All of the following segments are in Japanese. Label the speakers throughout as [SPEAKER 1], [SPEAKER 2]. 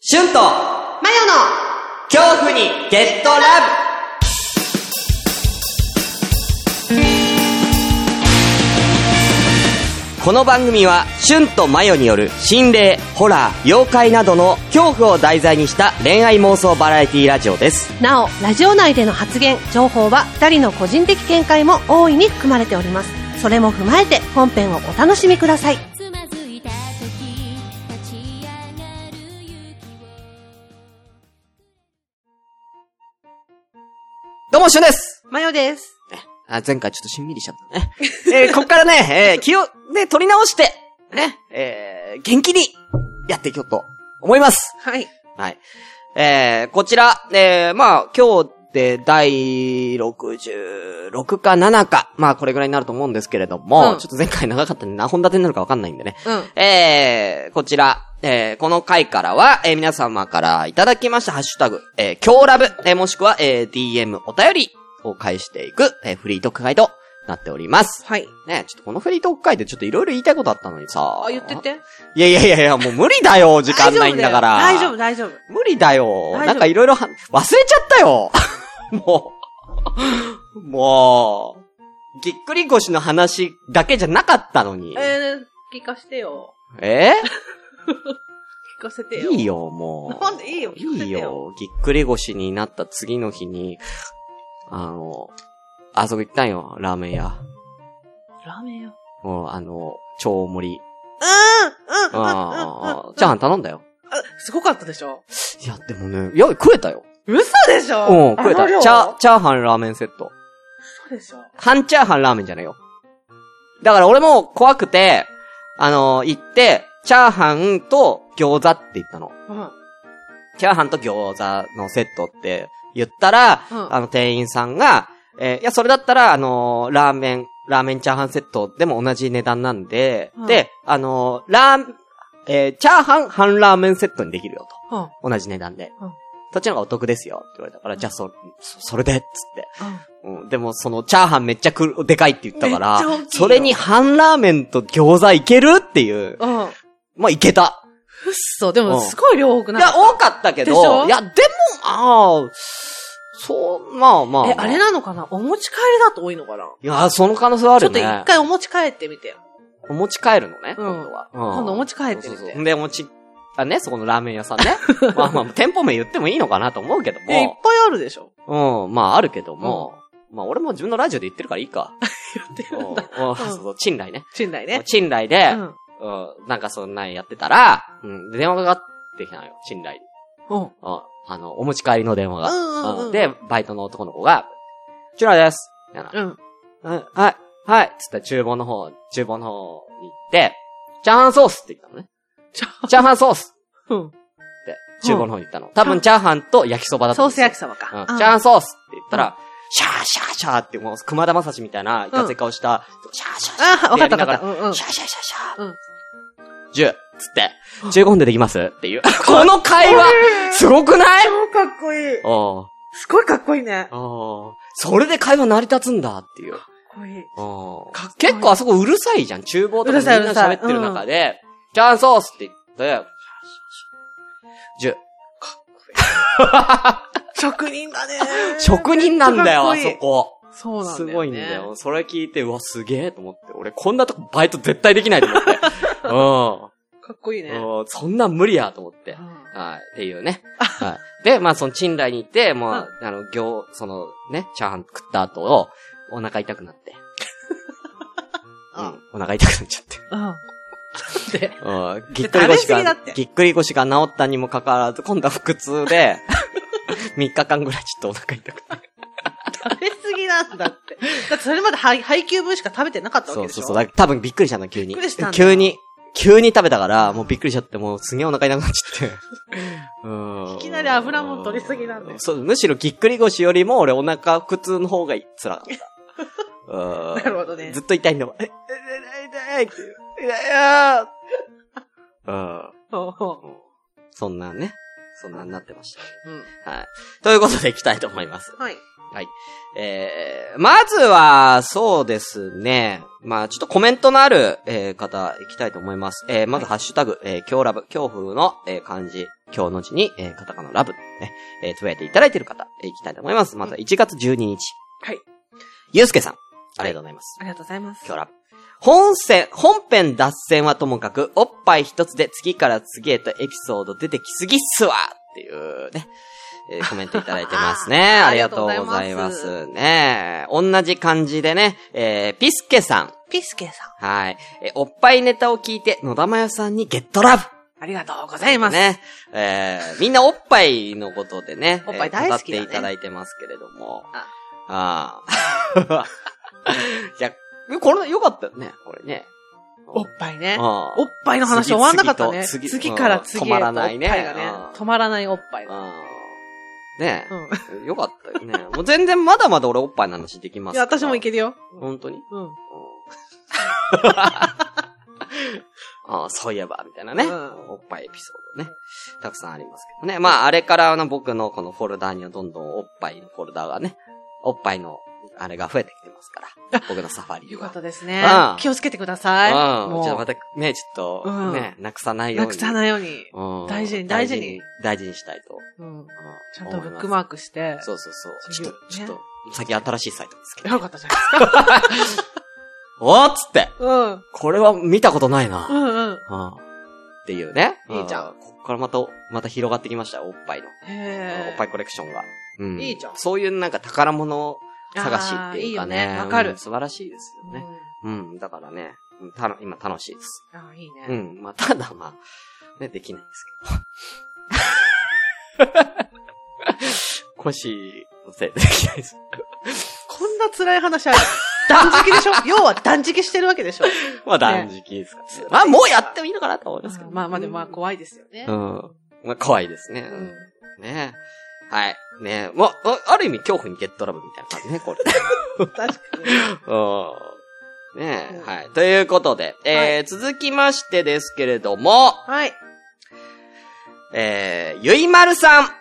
[SPEAKER 1] シュンと
[SPEAKER 2] マヨの
[SPEAKER 1] 恐怖にゲットラブこの番組はシュンとマヨによる心霊ホラー妖怪などの恐怖を題材にした恋愛妄想バラエティラジオです
[SPEAKER 2] なおラジオ内での発言情報は2人の個人的見解も大いに含まれておりますそれも踏まえて本編をお楽しみください
[SPEAKER 3] つまずいた時立ち上がる勇
[SPEAKER 1] どうもシュンです
[SPEAKER 2] マヨです
[SPEAKER 1] あ、前回ちょっとしんみりしちゃったね。えーこっ からね、えー気を、ね、取り直して、ね、えー元気にやっていこうと思います。
[SPEAKER 2] はい
[SPEAKER 1] はい。えーこちら、えーまあ、今日で第66か7か、まあ、これぐらいになると思うんですけれども、
[SPEAKER 2] うん
[SPEAKER 1] ちょっと前回長かったんで何本立てになるかわかんないんでね。
[SPEAKER 2] うん
[SPEAKER 1] えーこちら、えーこの回からは、えー皆様からいただきましたハッシュタグ、えー、今日ラブ、えーもしくは、えー DM お便りを返していく、えーフリートーク会となっております。
[SPEAKER 2] はい
[SPEAKER 1] ね、ちょっとこのフリートーク会でちょっといろいろ言いたいことあったのにさ。
[SPEAKER 2] あ言ってっ。て
[SPEAKER 1] いやいやいやいや、もう無理だ よ、時間ないんだから。
[SPEAKER 2] 大丈夫大丈夫
[SPEAKER 1] 無理だよ。
[SPEAKER 2] 大丈夫
[SPEAKER 1] なんかいろいろは、忘れちゃったよ。 もう。もう。ぎっくり腰の話だけじゃなかったのに。え
[SPEAKER 2] えー、聞かせてよ聞かせてよ
[SPEAKER 1] いいよ、 もう。
[SPEAKER 2] なんでいいよ聞かせ
[SPEAKER 1] いい
[SPEAKER 2] てよ
[SPEAKER 1] よ。ぎっくり腰になった次の日に、あの、あそこ行ったんよ、ラーメン屋。
[SPEAKER 2] ラーメンよ
[SPEAKER 1] もう、あの、超盛 り。
[SPEAKER 2] うんうんうんうん
[SPEAKER 1] ああ、チャーハン頼んだよ。
[SPEAKER 2] あすごかったでしょ
[SPEAKER 1] いや、でもね、いや、食えたよ。
[SPEAKER 2] 嘘でしょ
[SPEAKER 1] うん、食えた。
[SPEAKER 2] あの量
[SPEAKER 1] チャ、チャーハンラーメンセット。
[SPEAKER 2] 嘘でしょ
[SPEAKER 1] 半チャーハンラーメンじゃないよ。だから俺も怖くて、あの行って、チャーハンと餃子って言ったの。
[SPEAKER 2] うん
[SPEAKER 1] チャーハンと餃子のセットって言ったら、
[SPEAKER 2] うん
[SPEAKER 1] あの店員さんが、えーいや、それだったら、あのラーメン、ラーメンチャーハンセットでも同じ値段なんで、
[SPEAKER 2] うん
[SPEAKER 1] で、あのラー、えーチャーハン、半ラーメンセットにできるよ
[SPEAKER 2] うんうん
[SPEAKER 1] と。同じ値段で。
[SPEAKER 2] うん
[SPEAKER 1] そっちの方がお得ですよって言われたから、じゃあそ、そそれで、つって。うん、でもそのチャーハンめっちゃくる、でかいって言ったか
[SPEAKER 2] めっちゃ大
[SPEAKER 1] ら
[SPEAKER 2] きいよ、
[SPEAKER 1] それに半ラーメンと餃子いけるっていう。
[SPEAKER 2] うん。
[SPEAKER 1] まあ、いけた。
[SPEAKER 2] ふっそ、で
[SPEAKER 1] うん
[SPEAKER 2] もすごい量多く
[SPEAKER 1] い
[SPEAKER 2] ない
[SPEAKER 1] や、多かったけ
[SPEAKER 2] でし
[SPEAKER 1] ど、
[SPEAKER 2] ょ
[SPEAKER 1] いや、でも、ああ、そう、まあまあ。
[SPEAKER 2] え、あれ
[SPEAKER 1] い
[SPEAKER 2] なのかなお持ち帰りだと多いのかな
[SPEAKER 1] や、その可能性はあ
[SPEAKER 2] ちょ
[SPEAKER 1] る
[SPEAKER 2] っと
[SPEAKER 1] ね。
[SPEAKER 2] 一回お持ち帰ってみてよ。
[SPEAKER 1] お持ち帰るのね、
[SPEAKER 2] うん
[SPEAKER 1] 今度は。うん
[SPEAKER 2] 今度お持ち帰って
[SPEAKER 1] そう
[SPEAKER 2] み
[SPEAKER 1] そう
[SPEAKER 2] て
[SPEAKER 1] そう。。で、お持ち、あね、そこのラーメン屋さんね。まあまあ、店舗名言ってもいいのかなと思うけど
[SPEAKER 2] え、いっ
[SPEAKER 1] も。
[SPEAKER 2] ぱいあるでしょ
[SPEAKER 1] うん、まあ、あるけども。まあ、俺も自分のラジオで言ってるからいいか。
[SPEAKER 2] って
[SPEAKER 1] う
[SPEAKER 2] い
[SPEAKER 1] ん
[SPEAKER 2] う
[SPEAKER 1] うん
[SPEAKER 2] んだ。
[SPEAKER 1] そうそう、賃来ね。
[SPEAKER 2] 賃貸ね。
[SPEAKER 1] 賃来
[SPEAKER 2] う
[SPEAKER 1] で、
[SPEAKER 2] ん。
[SPEAKER 1] うん、なんかそんなんやってたら、うん、で電話がかかってきたのよ、信頼。
[SPEAKER 2] う
[SPEAKER 1] う
[SPEAKER 2] ん。
[SPEAKER 1] ん、あの、お持ち帰りの電話が。
[SPEAKER 2] うんうんうん
[SPEAKER 1] で、バイトの男の子が、チュラです。みたいな。
[SPEAKER 2] うん。
[SPEAKER 1] うん、はい、はい。つったら厨房の方、厨房の方に行って、チャーハンソースって言ったのね。
[SPEAKER 2] チャ
[SPEAKER 1] チャーハンソース
[SPEAKER 2] うん。
[SPEAKER 1] って、厨房の方に行ったの。多分チャーハンと焼きそばだと
[SPEAKER 2] ソ
[SPEAKER 1] 思う
[SPEAKER 2] ース焼きそば
[SPEAKER 1] う
[SPEAKER 2] か
[SPEAKER 1] ん。
[SPEAKER 2] うん
[SPEAKER 1] チャーハンソースって言ったら、シャーシャーシャーって、もう、熊田正史みたいな、いかつい顔した、シャーシャーシャー
[SPEAKER 2] あ、わかったわかった。うんうん。
[SPEAKER 1] シャシャシャシャ。
[SPEAKER 2] うん。
[SPEAKER 1] 10、つって、15分でできますって いう。この会話、すごくない
[SPEAKER 2] 超かっこいい。
[SPEAKER 1] おー
[SPEAKER 2] すごいかっこいいね。かっ
[SPEAKER 1] おーそれで会話成り立つんだっていう。
[SPEAKER 2] こいい。
[SPEAKER 1] おー
[SPEAKER 2] かっこいい
[SPEAKER 1] 結構あそこうるさいじゃん。厨房とかみんな
[SPEAKER 2] うるさいうるさい
[SPEAKER 1] 喋ってる中で、チャンソースって言って、シャシャシャ10。
[SPEAKER 2] 職人だね。
[SPEAKER 1] 職人なんだよ、あ
[SPEAKER 2] めっち
[SPEAKER 1] そ
[SPEAKER 2] ゃかっこ
[SPEAKER 1] こ。
[SPEAKER 2] いい。そうなんだ
[SPEAKER 1] す
[SPEAKER 2] よね。
[SPEAKER 1] ごいんだよ。それ聞いて、うわ、すげえと思って。俺、こんなとこバイト絶対できないと思って。
[SPEAKER 2] かっこ いいね。
[SPEAKER 1] うんうん。そんなん無理やと思って
[SPEAKER 2] う。ん
[SPEAKER 1] はい、っていう ね。はい。で、まあ、その、賃来に行って、もう、あの、行、その、ね、チャーハン食った後を、お腹痛くな って。うん、お腹痛くなっちゃって。
[SPEAKER 2] うん。
[SPEAKER 1] うん、ぎっくり腰
[SPEAKER 2] 食べ過ぎだ
[SPEAKER 1] が
[SPEAKER 2] って、
[SPEAKER 1] ぎっくり腰が治ったにもかかわらず、今度は腹痛 で、3日間ぐらいちょっとお腹痛くて。
[SPEAKER 2] 食べ過ぎなんだって。だってそれまで配配給分しか食べてなかったわ
[SPEAKER 1] そ
[SPEAKER 2] け
[SPEAKER 1] う
[SPEAKER 2] でし
[SPEAKER 1] そ
[SPEAKER 2] ょ
[SPEAKER 1] うそう。だから多分びっくりしたの、急に
[SPEAKER 2] びっくりしたん。だ
[SPEAKER 1] 急に、急に食べたから、もうびっくりしちゃって、もうすげえお腹痛くなっちゃって。うん
[SPEAKER 2] いきなり油もん取りすぎなんだよ
[SPEAKER 1] そう、むしろぎっくり腰よりも俺お腹苦痛の方が辛かった。うん
[SPEAKER 2] なるほどね
[SPEAKER 1] ずっ。と痛いんだもん。え、え痛い痛いって痛いよー
[SPEAKER 2] う
[SPEAKER 1] うん。そんなね、そんなになってまし
[SPEAKER 2] ん。
[SPEAKER 1] た。はい。ということでいきたいと思います。
[SPEAKER 2] はい。
[SPEAKER 1] えー、まずは、そうですね。まあ、ちょっとコメントのある、えー、方、いきたいと思います。えー、まず、ハッシュタグ、えー、今日ラブ、恐怖の、えー、漢字、今日のうちに、えーカタカナラブ、ね、えーつぶやいていただいている方、えー行きたいと思います。まずは1月12日。
[SPEAKER 2] はい。
[SPEAKER 1] ゆうすけさん、ありがとうございます。
[SPEAKER 2] ありがとうございます。
[SPEAKER 1] 今日ラブ。本線、本編脱線はともかく、おっぱい一つで次から次へとエピソード出てきすぎっすわっていうね、え ーコメントいただいてます ね。ありがとうございます。ね同じ感じでね、えーピスケさん。
[SPEAKER 2] ピスケさ
[SPEAKER 1] はい。えー、おっぱいネタを聞いて、野田真代さんにゲットラブ
[SPEAKER 2] ん、ありがとうございます。
[SPEAKER 1] ね。えー、みんなおっぱいのことでね、
[SPEAKER 2] おっぱい大好きだね
[SPEAKER 1] えー語っていただいてますけれども。あ
[SPEAKER 2] あ
[SPEAKER 1] あ。じゃ、えこれよかったよね、これね。
[SPEAKER 2] おっぱいね。
[SPEAKER 1] ああ
[SPEAKER 2] おっぱいの話終わんなかったね。
[SPEAKER 1] 次
[SPEAKER 2] 次
[SPEAKER 1] 々と次々
[SPEAKER 2] から次へと
[SPEAKER 1] 止まらないね
[SPEAKER 2] おっぱいがね
[SPEAKER 1] うん。
[SPEAKER 2] 止まらないおっぱい。う
[SPEAKER 1] ああね
[SPEAKER 2] ん。
[SPEAKER 1] え、よかったよね。もう全然まだまだ俺おっぱいの話できま
[SPEAKER 2] い
[SPEAKER 1] す
[SPEAKER 2] や、私もい
[SPEAKER 1] る。
[SPEAKER 2] けるよ。
[SPEAKER 1] 本 当に
[SPEAKER 2] うん。
[SPEAKER 1] ああ、そういえば、みたいなね。
[SPEAKER 2] うん
[SPEAKER 1] おっぱいエピソードね。たくさんありますけどね。まあ、あれからあの僕のこのフォルダーにはどんどんおっぱいのフォルダーがね、おっぱいの、あれが増えてきてますから。僕のサファリは。
[SPEAKER 2] よかったですね
[SPEAKER 1] うん。
[SPEAKER 2] 気をつけてください。
[SPEAKER 1] うん。じゃあま
[SPEAKER 2] も、
[SPEAKER 1] たね、ちょっと、ね、なくさないうよう
[SPEAKER 2] な
[SPEAKER 1] に。
[SPEAKER 2] くさないように。
[SPEAKER 1] うん
[SPEAKER 2] 大事に大事に。
[SPEAKER 1] 大事にしたいと。うん
[SPEAKER 2] うん。ちゃんとブックマ
[SPEAKER 1] ー
[SPEAKER 2] ークして。
[SPEAKER 1] そうそうそう。ち
[SPEAKER 2] 次
[SPEAKER 1] ょっと、ちょっと、先新しいサイトです けど。
[SPEAKER 2] よかったじゃないですか。
[SPEAKER 1] おーっつって
[SPEAKER 2] うん。
[SPEAKER 1] これは見たことないな。
[SPEAKER 2] うんう
[SPEAKER 1] う
[SPEAKER 2] ん。
[SPEAKER 1] んっていうね。
[SPEAKER 2] いいじゃん
[SPEAKER 1] うここからまた、また広がってきましたよ、おっぱいの。
[SPEAKER 2] へえ。
[SPEAKER 1] おっぱいコレクションが。うん
[SPEAKER 2] いいじゃん
[SPEAKER 1] そういうなんか宝物を探しっていうかね。
[SPEAKER 2] あーいいよねわかる
[SPEAKER 1] うん素晴らしいですよね。うん、だからね、うんたの今楽しいです。
[SPEAKER 2] うん。ああ、いいうね。
[SPEAKER 1] ん、まあ、ただまあ、ね、できないんですけど。腰のせいでできないです。
[SPEAKER 2] こんな辛い話あ る。断食でしょ要は断食してるわけでしょ
[SPEAKER 1] まあ、断食ですから、まあ、もうやってもいいのかなと思いますけど。
[SPEAKER 2] まあまあでもまあ怖いですよね
[SPEAKER 1] う。ん。まあ、怖いですね。
[SPEAKER 2] うん。
[SPEAKER 1] ねえ。はい。ねえ。まあ、あある意味恐怖にゲットラブみたいな感じね、これ。
[SPEAKER 2] 確かに。
[SPEAKER 1] うん。ねえ、
[SPEAKER 2] うん
[SPEAKER 1] はい。ということで、えー
[SPEAKER 2] は
[SPEAKER 1] 続きましてですけれども、
[SPEAKER 2] はい。
[SPEAKER 1] えー、ゆいまるさん。
[SPEAKER 2] あ、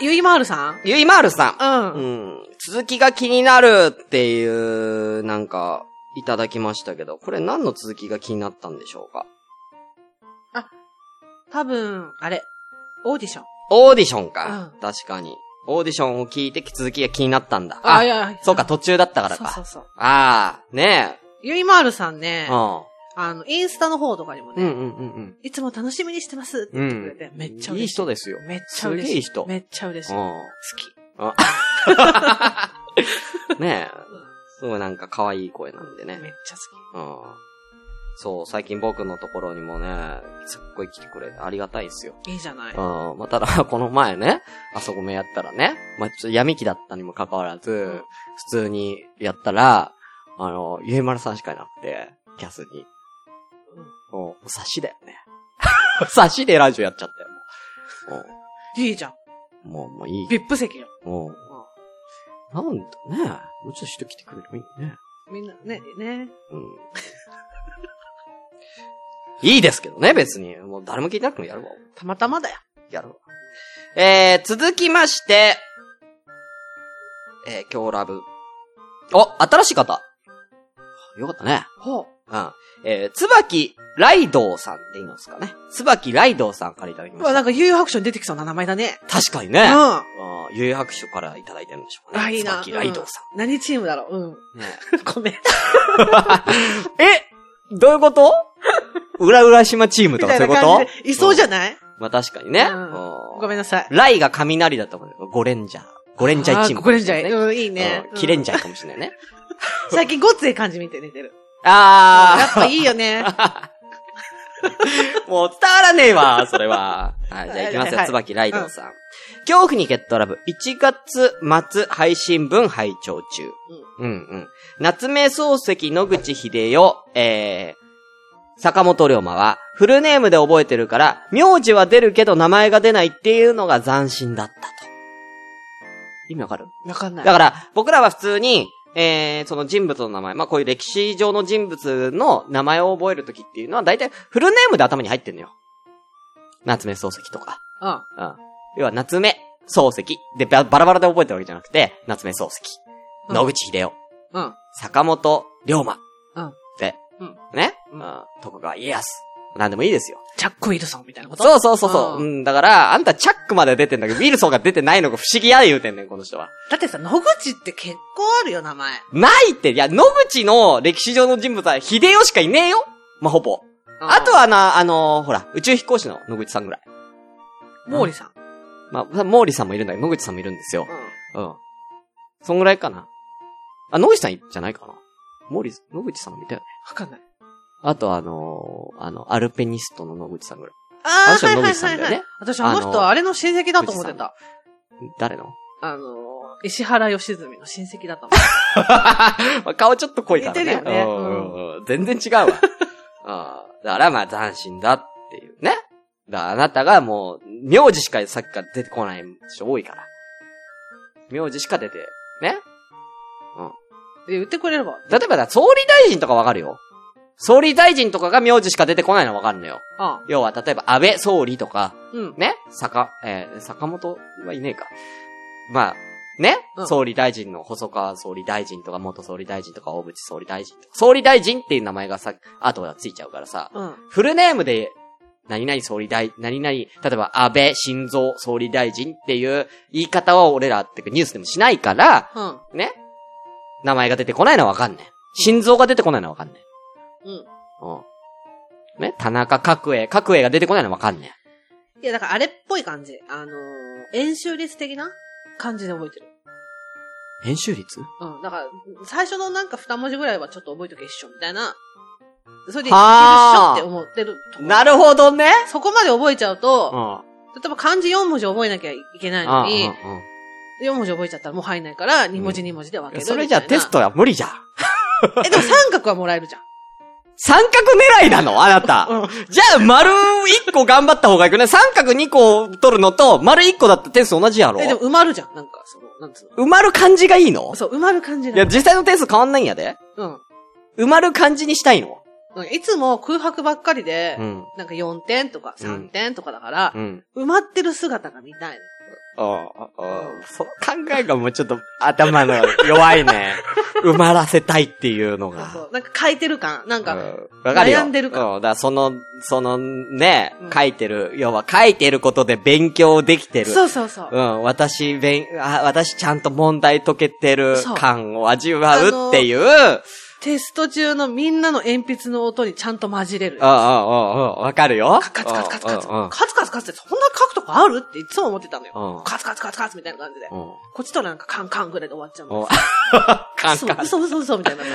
[SPEAKER 2] ゆいまーるさん
[SPEAKER 1] ゆいまるさん。
[SPEAKER 2] うん。
[SPEAKER 1] うん。続きが気になるっていう、なんか、いただきましたけど、これ何の続きが気になったんでしょうか
[SPEAKER 2] 多分、あれ、オーディション。
[SPEAKER 1] オーディションか。
[SPEAKER 2] う
[SPEAKER 1] 確かに。オーディションを聞いて続きが気になったんだ。
[SPEAKER 2] いやいや
[SPEAKER 1] そうか、途中だったから
[SPEAKER 2] そう
[SPEAKER 1] か。
[SPEAKER 2] そうそう。
[SPEAKER 1] ああ、ね
[SPEAKER 2] ゆいまーるさん
[SPEAKER 1] え。
[SPEAKER 2] ね、
[SPEAKER 1] うん。
[SPEAKER 2] あの、インスタの方とかにも
[SPEAKER 1] うん
[SPEAKER 2] ね、
[SPEAKER 1] うんうん
[SPEAKER 2] いつも楽しみにしてますって
[SPEAKER 1] うん。
[SPEAKER 2] 言っ
[SPEAKER 1] う
[SPEAKER 2] てくれ
[SPEAKER 1] ん
[SPEAKER 2] て、めっちゃ
[SPEAKER 1] いい
[SPEAKER 2] 嬉しい。
[SPEAKER 1] 人ですよ。
[SPEAKER 2] めっちゃ嬉しい。
[SPEAKER 1] すげえいい人
[SPEAKER 2] めっちゃ嬉しい。好
[SPEAKER 1] う
[SPEAKER 2] き。
[SPEAKER 1] ん。ねえ。すごいなんか可愛い声なんで
[SPEAKER 2] め
[SPEAKER 1] ね。
[SPEAKER 2] っちゃ
[SPEAKER 1] う
[SPEAKER 2] 好
[SPEAKER 1] ん。そう、最近僕のところにもね、すっごい来てくれてありがたいですよ。
[SPEAKER 2] き。いいじゃない。
[SPEAKER 1] うん。まあ、ただ、 この前ね、あそこめやったらね、まあ、ちょっと闇期だったにもかかわらず、
[SPEAKER 2] ん
[SPEAKER 1] 普通にやったら、あの、ゆえまるさんしかいなくて、キャスに。もう、差しだよね。 差しでラジオやっちゃったよ。
[SPEAKER 2] いいじゃん。
[SPEAKER 1] もう、もう、もういい。
[SPEAKER 2] ビップ席よ。
[SPEAKER 1] もう、なんだね。もうちょっと人来てくれてもいいね。
[SPEAKER 2] みんな、ね、ね。
[SPEAKER 1] うん。 いいですけどね、別に。もう誰も聞いてなくてもやるわ。
[SPEAKER 2] たまたまだよ。
[SPEAKER 1] やるわ。えー、続きまして、えー、今日ラブ。お、新しい方。よかったね。
[SPEAKER 2] ほう。
[SPEAKER 1] うん。えー、つばきライドウさんでいいんですかね。つばきライドウさんからいただき
[SPEAKER 2] う
[SPEAKER 1] ま
[SPEAKER 2] わ、
[SPEAKER 1] し
[SPEAKER 2] な
[SPEAKER 1] た。
[SPEAKER 2] んか、悠々白書に出てきそうな名前だね。
[SPEAKER 1] 確かに
[SPEAKER 2] う
[SPEAKER 1] ね。うん。
[SPEAKER 2] ん。
[SPEAKER 1] 有白書からいただいてるんでしょうか
[SPEAKER 2] あ、
[SPEAKER 1] ね。
[SPEAKER 2] いい
[SPEAKER 1] つば
[SPEAKER 2] な。
[SPEAKER 1] きライドウさ。
[SPEAKER 2] うん。何チームだろう。う ん
[SPEAKER 1] ね
[SPEAKER 2] ん。ごめん。
[SPEAKER 1] えどういう こと裏浦島チーム
[SPEAKER 2] み
[SPEAKER 1] とか
[SPEAKER 2] た
[SPEAKER 1] そ
[SPEAKER 2] い
[SPEAKER 1] うい
[SPEAKER 2] な
[SPEAKER 1] うこ
[SPEAKER 2] 感
[SPEAKER 1] と
[SPEAKER 2] じで。いそうじゃない
[SPEAKER 1] まあ確かにね。
[SPEAKER 2] うんごめんなさい。
[SPEAKER 1] ライが雷だったもんね。ゴレンジャー。ゴレンジャーチーム。
[SPEAKER 2] あゴレンジャー。うん、いいね
[SPEAKER 1] う。んキレン
[SPEAKER 2] ジ
[SPEAKER 1] ジャーかもしれない ね。
[SPEAKER 2] ャー。最近ごっつい感じ見て寝てる。や
[SPEAKER 1] あ
[SPEAKER 2] っぱいいよね。
[SPEAKER 1] ー、もう伝わらねえわ、それ は。はい、じゃあ行きます
[SPEAKER 2] は
[SPEAKER 1] よ、
[SPEAKER 2] い
[SPEAKER 1] つばきライドウさん。恐怖にゲットラブ、1月末配信分拝聴中。うんうん。夏目漱石野口秀代、えー、坂本龍馬は、フルネームで覚えてるから、名字は出るけど名前が出ないっていうのが斬新だったと。意味わかる
[SPEAKER 2] わかんない。
[SPEAKER 1] だから、僕らは普通に、えー、その人物の名前、まあこういう歴史上の人物の名前を覚えるときっていうのは、大体フルネームで頭に入ってんのよ。夏目漱石とか。
[SPEAKER 2] うん。
[SPEAKER 1] うん。要は、夏目漱石。で、ばバラバラで覚えてるわけじゃなくて、夏目漱石。
[SPEAKER 2] うん
[SPEAKER 1] 野口秀夫。
[SPEAKER 2] うん。
[SPEAKER 1] 坂本龍馬。
[SPEAKER 2] うん
[SPEAKER 1] で、
[SPEAKER 2] うん
[SPEAKER 1] ね、
[SPEAKER 2] うん
[SPEAKER 1] うん、徳川家康。なんでもいいですよ。
[SPEAKER 2] チャック・ウィルソンみたいなこと
[SPEAKER 1] そうそうそうそう。
[SPEAKER 2] う
[SPEAKER 1] うんん、だから、あんたチャックまで出てんだけど、ウィルソンが出てないのが不思議や言うてんねん、この人は。
[SPEAKER 2] だってさ、野口って結構あるよ、名前。
[SPEAKER 1] ないって、いや、野口の歴史上の人物は、秀吉しかいねえよまあ、ほぼ。あと
[SPEAKER 2] は、
[SPEAKER 1] はな、あのーほら、宇宙飛行士の野口さんぐらい。
[SPEAKER 2] 毛利さん。
[SPEAKER 1] まあ、毛利さんもいるんだけど、野口さんもいるんですよ。うん。そんぐらいかな。あ、野口さんじゃないかな。毛利、野口さんもいたよね。
[SPEAKER 2] わかんない。
[SPEAKER 1] あとあのーあの、アルペニストの野口さんぐらい。
[SPEAKER 2] あ
[SPEAKER 1] あの
[SPEAKER 2] ー、
[SPEAKER 1] 人
[SPEAKER 2] はい
[SPEAKER 1] 野
[SPEAKER 2] はい
[SPEAKER 1] 口さ
[SPEAKER 2] は
[SPEAKER 1] ん
[SPEAKER 2] い
[SPEAKER 1] だよ
[SPEAKER 2] は
[SPEAKER 1] ね
[SPEAKER 2] い。私、あの
[SPEAKER 1] あ
[SPEAKER 2] 人、
[SPEAKER 1] の
[SPEAKER 2] あれの親戚だと思ってた。
[SPEAKER 1] 誰の
[SPEAKER 2] あの、石原良純の親戚だと思って
[SPEAKER 1] まあ顔ちょっと濃いからね。
[SPEAKER 2] 似てるよね
[SPEAKER 1] うんうんうん全然違う わ。あーだからまあ斬新だっていうね。だからあなたがもう、名字しかさっきから出てこない人多いから。名字しか出て、ね。
[SPEAKER 2] た。で言ってくれれば。
[SPEAKER 1] 例えばだ、総理大臣とかわかるよ。総理大臣とかが名字しか出てこないのはわかるのよ。
[SPEAKER 2] あ
[SPEAKER 1] 要は、例えば、安倍総理とか、
[SPEAKER 2] うん。
[SPEAKER 1] ね坂、えー坂本はいねえか。まあ、ね、
[SPEAKER 2] うん
[SPEAKER 1] 総理大臣の細川総理大臣とか元総理大臣とか大渕総理大臣とか、総理大臣っていう名前がさ、後がついちゃうからさ、
[SPEAKER 2] うん。
[SPEAKER 1] フルネームで、何々総理大、何々、例えば安倍晋三総理大臣っていう言い方は俺らってかニュースでもしないから、
[SPEAKER 2] うん。
[SPEAKER 1] ね名前が出てこないのはわかんねん。心臓が出てこないのはわかんねん。
[SPEAKER 2] うん。
[SPEAKER 1] うん。ね田中角栄、角栄が出てこないのはわかんねん。
[SPEAKER 2] いや、だからあれっぽい感じ。あのー、演習率的な感じで覚えてる。
[SPEAKER 1] 編集率
[SPEAKER 2] うん。だから、最初のなんか二文字ぐらいはちょっと覚えとけっしょ、みたいな。それでいけるっしょ
[SPEAKER 1] はあ
[SPEAKER 2] って思ってると思う。
[SPEAKER 1] なるほどね。
[SPEAKER 2] そこまで覚えちゃう
[SPEAKER 1] う
[SPEAKER 2] と、
[SPEAKER 1] ん。
[SPEAKER 2] 例えば漢字4文字覚えなきゃいけないのに、
[SPEAKER 1] うんうん
[SPEAKER 2] 4文字覚えちゃったらもう入んないから、2文字2文字で分
[SPEAKER 1] う
[SPEAKER 2] け
[SPEAKER 1] ん
[SPEAKER 2] る。
[SPEAKER 1] それじゃあ
[SPEAKER 2] みたい
[SPEAKER 1] テ
[SPEAKER 2] な
[SPEAKER 1] ス。トは無理じゃん。
[SPEAKER 2] え、でも三角はもらえるじゃん。
[SPEAKER 1] 三角狙いなのあなた。
[SPEAKER 2] うん
[SPEAKER 1] じゃあ、丸一個頑張った方がいいくね。三角二個取るのと、丸一個だって点数同じやろ
[SPEAKER 2] え、。でも埋まるじゃん。なんか、その、なんつう
[SPEAKER 1] 埋まる感じがいいの
[SPEAKER 2] の。そう、埋まる感じ
[SPEAKER 1] いや、
[SPEAKER 2] だ。
[SPEAKER 1] 実際の点数変わんないんやで。
[SPEAKER 2] うん。
[SPEAKER 1] 埋まる感じにしたいの。
[SPEAKER 2] なんかいつも空白ばっかりで、
[SPEAKER 1] うん。
[SPEAKER 2] なんか4点とか3点とかだから
[SPEAKER 1] う、ん。
[SPEAKER 2] 埋まってる姿が見たい。
[SPEAKER 1] ああ、ああ、その考えがもうちょっと頭の弱い ね。埋まらせたいっていうの
[SPEAKER 2] そう
[SPEAKER 1] が。
[SPEAKER 2] そう。なんか書いてる感。なん
[SPEAKER 1] う
[SPEAKER 2] か、
[SPEAKER 1] んわかるよ。
[SPEAKER 2] 悩んでるから
[SPEAKER 1] うん。だからその、そのね
[SPEAKER 2] うん、
[SPEAKER 1] 書いてる、要は書いてることで勉強できてる。
[SPEAKER 2] そうそうそう。
[SPEAKER 1] うん、私、勉、あ、私ちゃんと問題解けてる
[SPEAKER 2] そう
[SPEAKER 1] 感を味わうっていう、
[SPEAKER 2] テスト中のみんなの鉛筆の音にちゃんと混じれる。
[SPEAKER 1] うんうんうんうん、わかるよ。
[SPEAKER 2] カツカツカツカツ
[SPEAKER 1] うんうんうん。
[SPEAKER 2] カツカツカツってそんな書くとこあるっていつも思ってたの
[SPEAKER 1] う
[SPEAKER 2] よ
[SPEAKER 1] ん。
[SPEAKER 2] カツカツカツカツみたいな感じで。こ
[SPEAKER 1] うん
[SPEAKER 2] っちとらなんかカンカンぐらいで終わっちゃうの。
[SPEAKER 1] おカン
[SPEAKER 2] 嘘
[SPEAKER 1] カン。うん
[SPEAKER 2] 嘘嘘嘘みたいなさ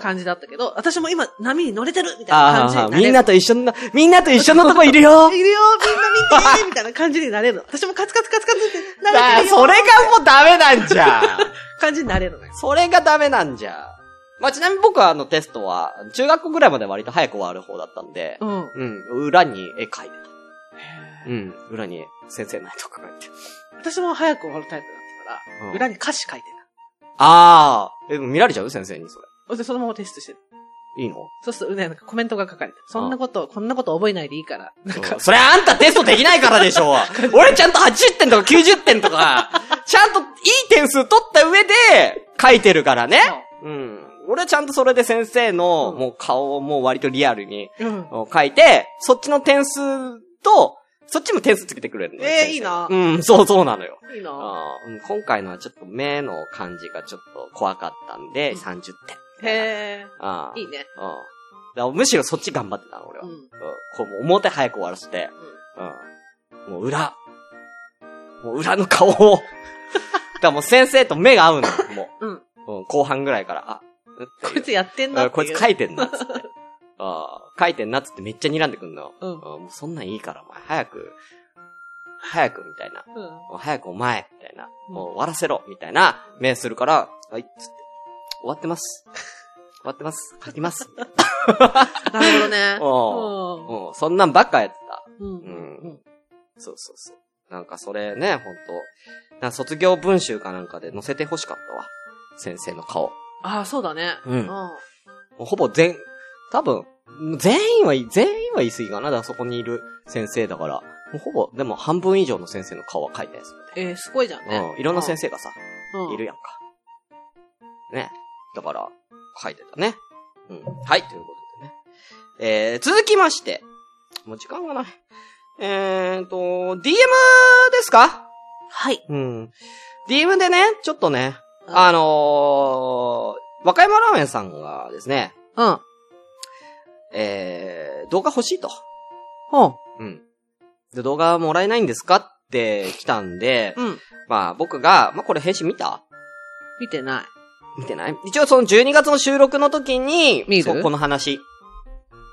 [SPEAKER 2] 感じだったけど、私も今波に乗れてるみたいな感じ
[SPEAKER 1] ああ、
[SPEAKER 2] になれる。
[SPEAKER 1] みんなと一緒の、みんなと一緒のとこい るよ。
[SPEAKER 2] いるよみんな見てみたいな感じになれるの。私もカツカツカツカツってな
[SPEAKER 1] あ
[SPEAKER 2] れ
[SPEAKER 1] あ、
[SPEAKER 2] てる
[SPEAKER 1] そ
[SPEAKER 2] よ
[SPEAKER 1] れがもうダメなんじゃん。
[SPEAKER 2] 感じになれるのよ。
[SPEAKER 1] それがダメなんじゃん。まあ、ちなみに僕はあのテストは、中学校ぐらいまで割と早く終わる方だったんで、
[SPEAKER 2] うん。
[SPEAKER 1] うん、裏に絵描いてた。うん、裏に先生の絵とか描いて。
[SPEAKER 2] 私も早く終わるタイプだったから、
[SPEAKER 1] うん
[SPEAKER 2] 裏に歌詞書いて
[SPEAKER 1] ああ、え、でも見られちゃう先生にそれ。
[SPEAKER 2] た。で、そのままテストしてる。
[SPEAKER 1] いいの
[SPEAKER 2] そうすると、ね、なんかコメントが書かれてる。そんなこと、こんなこと覚えないでいいから。なんか、
[SPEAKER 1] それあんたテストできないからでし ょ俺ちゃんと80点とか90点とか、ちゃんといい点数取った上で書いてるからね。うん。俺ちゃんとそれで先生の
[SPEAKER 2] うん
[SPEAKER 1] もう顔をもう割とリアルに
[SPEAKER 2] うん。
[SPEAKER 1] 書いて、そっちの点数と、そっちも点数つけてくれるのよ
[SPEAKER 2] えー
[SPEAKER 1] 先生
[SPEAKER 2] いいな
[SPEAKER 1] うん、そうそうなのよ。
[SPEAKER 2] いいな
[SPEAKER 1] あーうん今回のはちょっと目の感じがちょっと怖かったんで、
[SPEAKER 2] うん
[SPEAKER 1] 30点。
[SPEAKER 2] へ
[SPEAKER 1] あー
[SPEAKER 2] え。いいね。
[SPEAKER 1] うん。だからむしろそっち頑張ってたの、俺は。
[SPEAKER 2] う
[SPEAKER 1] うんん。。こう、もう表早く終わらせて、うん。もう裏。もう裏の顔を。だ からもう先生と目が合うのよ、も
[SPEAKER 2] うん。
[SPEAKER 1] う。うん、後半ぐらいから、あ、
[SPEAKER 2] こいつやってんな
[SPEAKER 1] あ
[SPEAKER 2] っていう。
[SPEAKER 1] こいつ書いてんな、つって。ああ、書いてんなっつってめっちゃ睨んでくんの。
[SPEAKER 2] うん
[SPEAKER 1] ああもうそんなんいいから、お前、早く、早く、みたいな。
[SPEAKER 2] うん。
[SPEAKER 1] もう早くお前、みたいな。
[SPEAKER 2] うん
[SPEAKER 1] もう終わらせろ、みたいな、目するから、はい、つって。終わってます。終わってます。書きます。
[SPEAKER 2] なるほどね。
[SPEAKER 1] おうん、そんなんばっかやってた。
[SPEAKER 2] うん。
[SPEAKER 1] う
[SPEAKER 2] うん
[SPEAKER 1] ん。
[SPEAKER 2] うん。
[SPEAKER 1] そうそうそう。なんかそれね、ほんと。なんか卒業文集かなんかで載せて欲しかったわ。先生の顔。
[SPEAKER 2] ああ、そうだね。
[SPEAKER 1] うん
[SPEAKER 2] うん。
[SPEAKER 1] もうほぼ全、多分、全員は、全員は言い過ぎかな。だからそこにいる先生だから。もうほぼ、でも半分以上の先生の顔は書いてないです
[SPEAKER 2] えー、すごいじゃん
[SPEAKER 1] よね。
[SPEAKER 2] ね
[SPEAKER 1] う。ん。いろんな先生がさ、
[SPEAKER 2] うん
[SPEAKER 1] いる。やんか。ね。だから、書いてたね。うん。はい、ということでね。えー、続きまして、もう時間がない。えーっと、DM ですか
[SPEAKER 2] はい。
[SPEAKER 1] うん。DM でね、ちょっとね、あのー、和歌山ラーメンさんがですね、
[SPEAKER 2] うん。
[SPEAKER 1] えー、動画欲しいと。
[SPEAKER 2] ほう。
[SPEAKER 1] うん。で、動画もらえないんですかって来たんで、
[SPEAKER 2] うん。
[SPEAKER 1] まあ僕が、まあこれ返信見た
[SPEAKER 2] 見てない。
[SPEAKER 1] 見てない一応その12月の収録の時に、
[SPEAKER 2] 見る
[SPEAKER 1] そうこの話。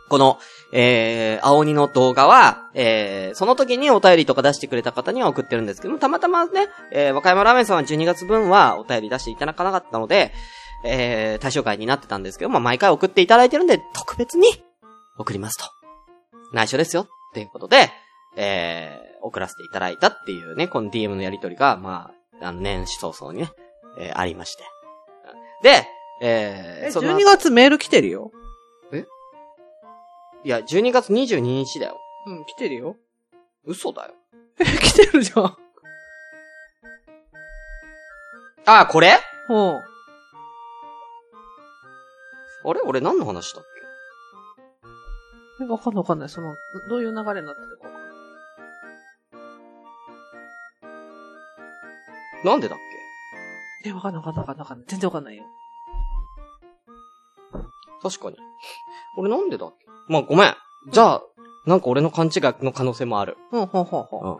[SPEAKER 1] この、えー、青鬼の動画は、えー、その時にお便りとか出してくれた方には送ってるんですけども、たまたまね、えー、和歌山ラーメンさんは12月分はお便り出していただかなかったので、えー、対象会になってたんですけど、まあ、毎回送っていただいてるんで、特別に送りますと。内緒ですよ、っていうことで、えー、送らせていただいたっていうね、この DM のやりとりが、まあ、あの年始早々にね、えー、ありまして。で、えー、
[SPEAKER 2] え、
[SPEAKER 1] その
[SPEAKER 2] 12月メール来てるよ。
[SPEAKER 1] いや、12月22日だよ。
[SPEAKER 2] うん、来てるよ。
[SPEAKER 1] 嘘だよ。
[SPEAKER 2] え、 来てるじゃん。
[SPEAKER 1] あ、これ
[SPEAKER 2] ほう。
[SPEAKER 1] あれ俺何の話だっ
[SPEAKER 2] えわかんないわかんない。その、どういう流れになってるかわかんない。
[SPEAKER 1] けなんでだっ
[SPEAKER 2] え、わかんないわかんないわかんないわかんない。全然わかんないよ。
[SPEAKER 1] け確かに。俺なんでだっけまあ、ごめん。じゃあ、なんか俺の勘違いの可能性もある。
[SPEAKER 2] うん、ほうほうほ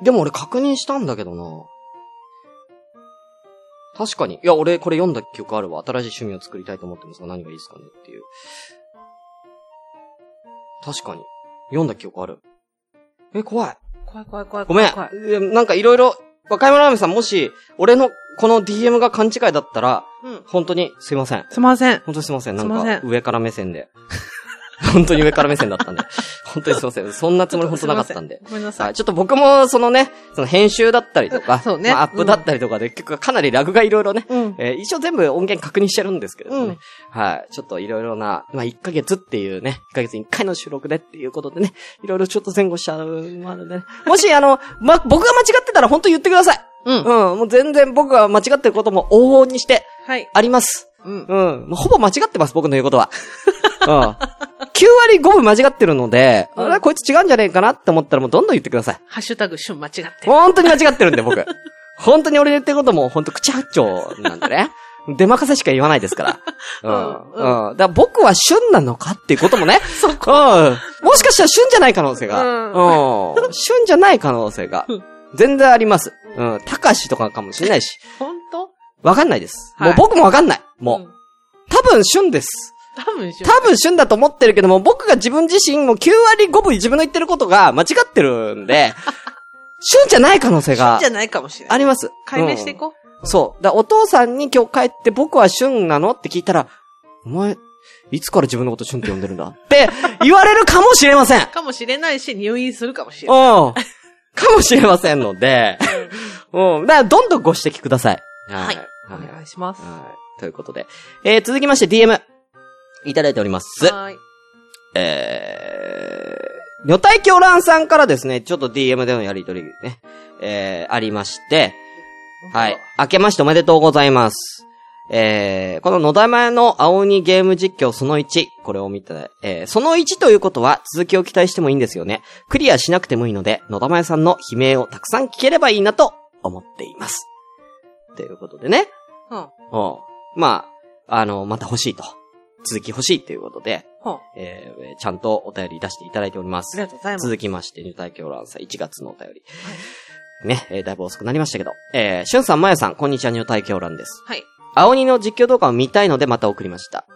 [SPEAKER 2] う。
[SPEAKER 1] でも俺確認したんだけどな。確かに。いや、俺これ読んだ記憶あるわ。新しい趣味を作りたいと思ってますが何がいいですかねっていう。確かに。読んだ記憶ある。え、怖い。
[SPEAKER 2] 怖い怖い怖い。
[SPEAKER 1] ごめん。
[SPEAKER 2] 怖い。
[SPEAKER 1] いやなんかいろいろ、和歌山ラーメンさんもし、俺のこの DM が勘違いだったら、
[SPEAKER 2] うん。
[SPEAKER 1] 本当にすいません。
[SPEAKER 2] すいません。
[SPEAKER 1] 本当にすいません。な
[SPEAKER 2] すいません
[SPEAKER 1] んか、上から目線で。 本当に上から目線だったんで。本当にすいません。そんなつもり本当なかったんで。
[SPEAKER 2] ごめんなさ。
[SPEAKER 1] はいい。ちょっと僕も、そのね、その編集だったりとか、
[SPEAKER 2] そうね
[SPEAKER 1] まあアップだったりとかで、結構かなりラグがいろいろね、
[SPEAKER 2] うん。
[SPEAKER 1] えー一応全部音源確認してるんですけれどもね。
[SPEAKER 2] うん
[SPEAKER 1] はい。ちょっといろいろな、まあ、1ヶ月っていうね、1ヶ月に1回の収録でっていうことでね、いろいろちょっと前後しちゃうまでね。もし、あの、ま、僕が間違ってたら本当言ってください。
[SPEAKER 2] うん。
[SPEAKER 1] うん。もう全然僕が間違ってることも往々にして
[SPEAKER 2] はい。
[SPEAKER 1] あります。
[SPEAKER 2] うん。
[SPEAKER 1] うん。もうほぼ間違ってます、僕の言うことは。うん。9割5分間違ってるので、
[SPEAKER 2] うん
[SPEAKER 1] あれこいつ違うんじゃねえかなって思ったらもうどんどん言ってください。
[SPEAKER 2] ハッシュタグ、旬間違って。
[SPEAKER 1] 本当に間違ってるんで、僕。本当に俺の言ってることも、本当口八丁なんでね。出任せしか言わないですから。う
[SPEAKER 2] うん
[SPEAKER 1] ん。うん。だから僕は旬なのかっていうこともね。そこ。うん。もしかしたら旬じゃない可能性が。うん。旬じゃない可能性が
[SPEAKER 2] うん。
[SPEAKER 1] 全然あります。うん。たかしとかかもしれないし。
[SPEAKER 2] ほんと
[SPEAKER 1] わかんないです。
[SPEAKER 2] はい
[SPEAKER 1] もう僕もわかんない。もう。
[SPEAKER 2] ん
[SPEAKER 1] 多分旬です。
[SPEAKER 2] 多分旬。
[SPEAKER 1] 多分旬だと思ってるけども、僕が自分自身も9割5分自分の言ってることが間違ってるんで、旬じゃない可能性が
[SPEAKER 2] じゃ。ないかもしれない。
[SPEAKER 1] あります。
[SPEAKER 2] 解明していこ
[SPEAKER 1] うん、そう。だからお父さんに今日帰って僕は旬なのって聞いたら、お前、いつから自分のこと旬って呼んでるん だって言われるかもしれません。うん。
[SPEAKER 2] う。かもしれないし、入院するかもしれない。
[SPEAKER 1] かもしれませんので、うん。だからどんどんご指摘ください。
[SPEAKER 2] はい
[SPEAKER 1] は
[SPEAKER 2] お
[SPEAKER 1] い。
[SPEAKER 2] 願いします。
[SPEAKER 1] はい。ということで。えー、続きまして DM。いただいております。
[SPEAKER 2] はーい。
[SPEAKER 1] えー、女体狂乱さんからですね、ちょっと DM でのやりとりね、えー、ありまして、はい。明けましておめでとうございます。えー、この野田前の青鬼ゲーム実況その1、これを見て、えー、その1ということは続きを期待してもいいんですよね。クリアしなくてもいいので、野田前さんの悲鳴をたくさん聞ければいいなと思っています。ということでね、
[SPEAKER 2] うん。
[SPEAKER 1] うん。まあ、あの、また欲しいと。続き欲しいということで、
[SPEAKER 2] ほう。あ
[SPEAKER 1] えーえーちゃんとお便り出していただいております
[SPEAKER 2] り。がとうございます。
[SPEAKER 1] 続きまして、ニュータイ狂乱さん1月のお便り。ね、えーだいぶ遅くなりましたけど。えー、しゅんさん、まやさん、こんにちは、ニュータイ狂乱です。
[SPEAKER 2] はい。
[SPEAKER 1] 青鬼の実況動画を見たいのでまた送りました。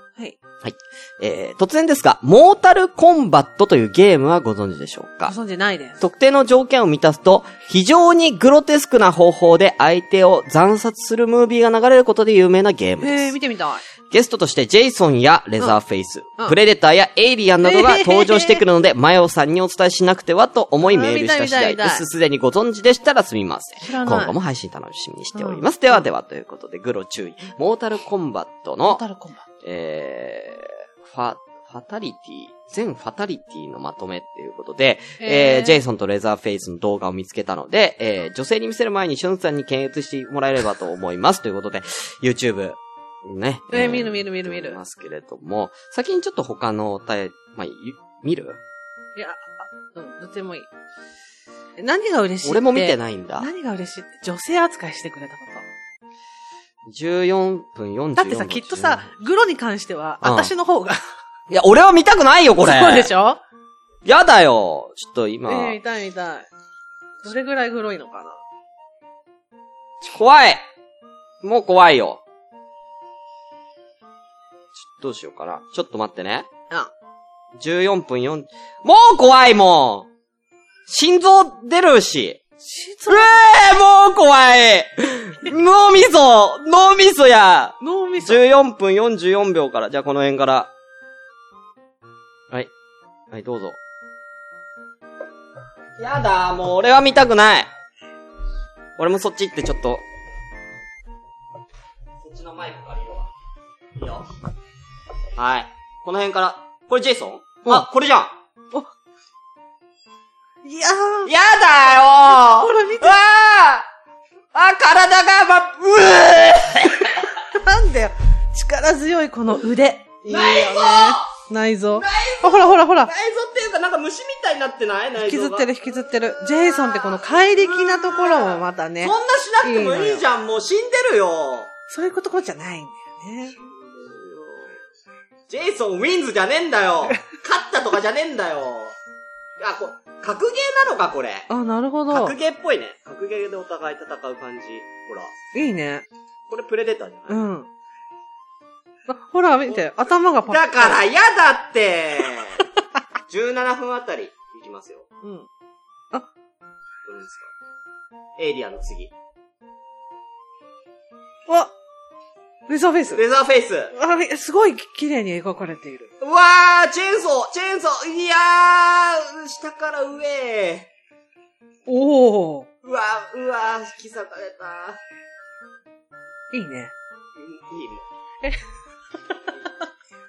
[SPEAKER 2] はい。
[SPEAKER 1] えー、突然ですが、モータルコンバットというゲームはご存知でしょう
[SPEAKER 2] ご
[SPEAKER 1] か
[SPEAKER 2] 存じないです。
[SPEAKER 1] 特定の条件を満たすと、非常にグロテスクな方法で相手を惨殺するムービーが流れることで有名なゲームです。
[SPEAKER 2] へえ、見てみたい。
[SPEAKER 1] ゲストとしてジェイソンやレザーフェイス、
[SPEAKER 2] うんうん
[SPEAKER 1] プレデターやエイリアンなどが登場してくるので、マヨさんにお伝えしなくてはと思いメールした次
[SPEAKER 2] あー見たい
[SPEAKER 1] 第
[SPEAKER 2] 見た
[SPEAKER 1] です。
[SPEAKER 2] い
[SPEAKER 1] すでにご存知でしたらすみません。
[SPEAKER 2] 知らない。
[SPEAKER 1] 今後も配信楽しみにしております。ではではということで、グロ注意。モータルコンバット
[SPEAKER 2] モー
[SPEAKER 1] の、
[SPEAKER 2] タルコンバ。
[SPEAKER 1] えー、ファ、ファタリティ、全ファタリティのまとめっていうことで、
[SPEAKER 2] へ
[SPEAKER 1] え
[SPEAKER 2] ー
[SPEAKER 1] ー、ジェイソンとレザーフェイスの動画を見つけたので、えー、女性に見せる前にシュンさんに検閲してもらえればと思います。ということで、YouTube、ね。
[SPEAKER 2] えー見る見る見る見る
[SPEAKER 1] 見ますけれども、先にちょっと他のお便り、まあ、ゆ見る
[SPEAKER 2] いや、あうん、どっちでもいい。え何が嬉しいって
[SPEAKER 1] 俺も見てないんだ。
[SPEAKER 2] 何が嬉しいって女性扱いしてくれたこ
[SPEAKER 1] 14分44
[SPEAKER 2] と。だってさ、きっとさ、グロに関しては、
[SPEAKER 1] うん
[SPEAKER 2] 私の方が。
[SPEAKER 1] いや、 俺は見たくないよ、これ。
[SPEAKER 2] そうでしょ
[SPEAKER 1] やだよ。ちょっと今、
[SPEAKER 2] ええ見たい見たい。どれぐらいグロいのかな
[SPEAKER 1] ちょ怖い。もう怖いよ。ちょどうしようかな。ちょっと待ってね。
[SPEAKER 2] あ、
[SPEAKER 1] 14分4、もう怖いもん心臓出るし。
[SPEAKER 2] 心
[SPEAKER 1] う
[SPEAKER 2] 臓、
[SPEAKER 1] えー、もう怖い脳みそ脳みそや
[SPEAKER 2] 脳みそ。
[SPEAKER 1] 14分44秒から。じゃあこの辺から。はい。はい、どうぞ。やだ、もう俺は見たくない。俺もそっち行ってちょっと。そっちのマイク借りるわ。いいよ。はい。この辺から。これジェイソンあ、これじゃん
[SPEAKER 2] いやー。
[SPEAKER 1] やだよー
[SPEAKER 2] ほら見て
[SPEAKER 1] うわーあ、体がま、う
[SPEAKER 2] なんだよ。力強いこの腕。いいよね。内臓。
[SPEAKER 1] 内
[SPEAKER 2] あほらほらほら。
[SPEAKER 1] 内臓っていうかなんか虫みたいになってない
[SPEAKER 2] 引
[SPEAKER 1] 内
[SPEAKER 2] き
[SPEAKER 1] 臓
[SPEAKER 2] ず
[SPEAKER 1] が
[SPEAKER 2] ってる引きずってる。ジェイソンってこの怪力なところもまたね
[SPEAKER 1] そん。なしなくてもいいじゃん。もう死んでるよ。
[SPEAKER 2] そういうことじゃないんだよね。
[SPEAKER 1] ジェイソン・ウィンズじゃねえんだよ。勝ったとかじゃねえんだよ。あ、こ、格ゲーなのか、これ。
[SPEAKER 2] あ、なるほど
[SPEAKER 1] 格。ゲーっぽいね。格ゲーでお互い戦う感じ。ほら。
[SPEAKER 2] いいね。
[SPEAKER 1] これプレデターじゃ
[SPEAKER 2] う
[SPEAKER 1] ない、
[SPEAKER 2] ん。あほら、見て。頭がパ
[SPEAKER 1] だから、嫌だって。17分あたり、いきますよ。
[SPEAKER 2] うん。
[SPEAKER 1] どれですかエイリアンの次。
[SPEAKER 2] わレザーフェイス。
[SPEAKER 1] レザーフェイス。
[SPEAKER 2] あれ、すごい綺麗に描かれている。
[SPEAKER 1] うわー、チェーンソー、チェーンソー、いやー、下から上へ。
[SPEAKER 2] おお。
[SPEAKER 1] うわー、うわー、引き裂かれた。
[SPEAKER 2] いい
[SPEAKER 1] いいい
[SPEAKER 2] ね。
[SPEAKER 1] いもう。
[SPEAKER 2] え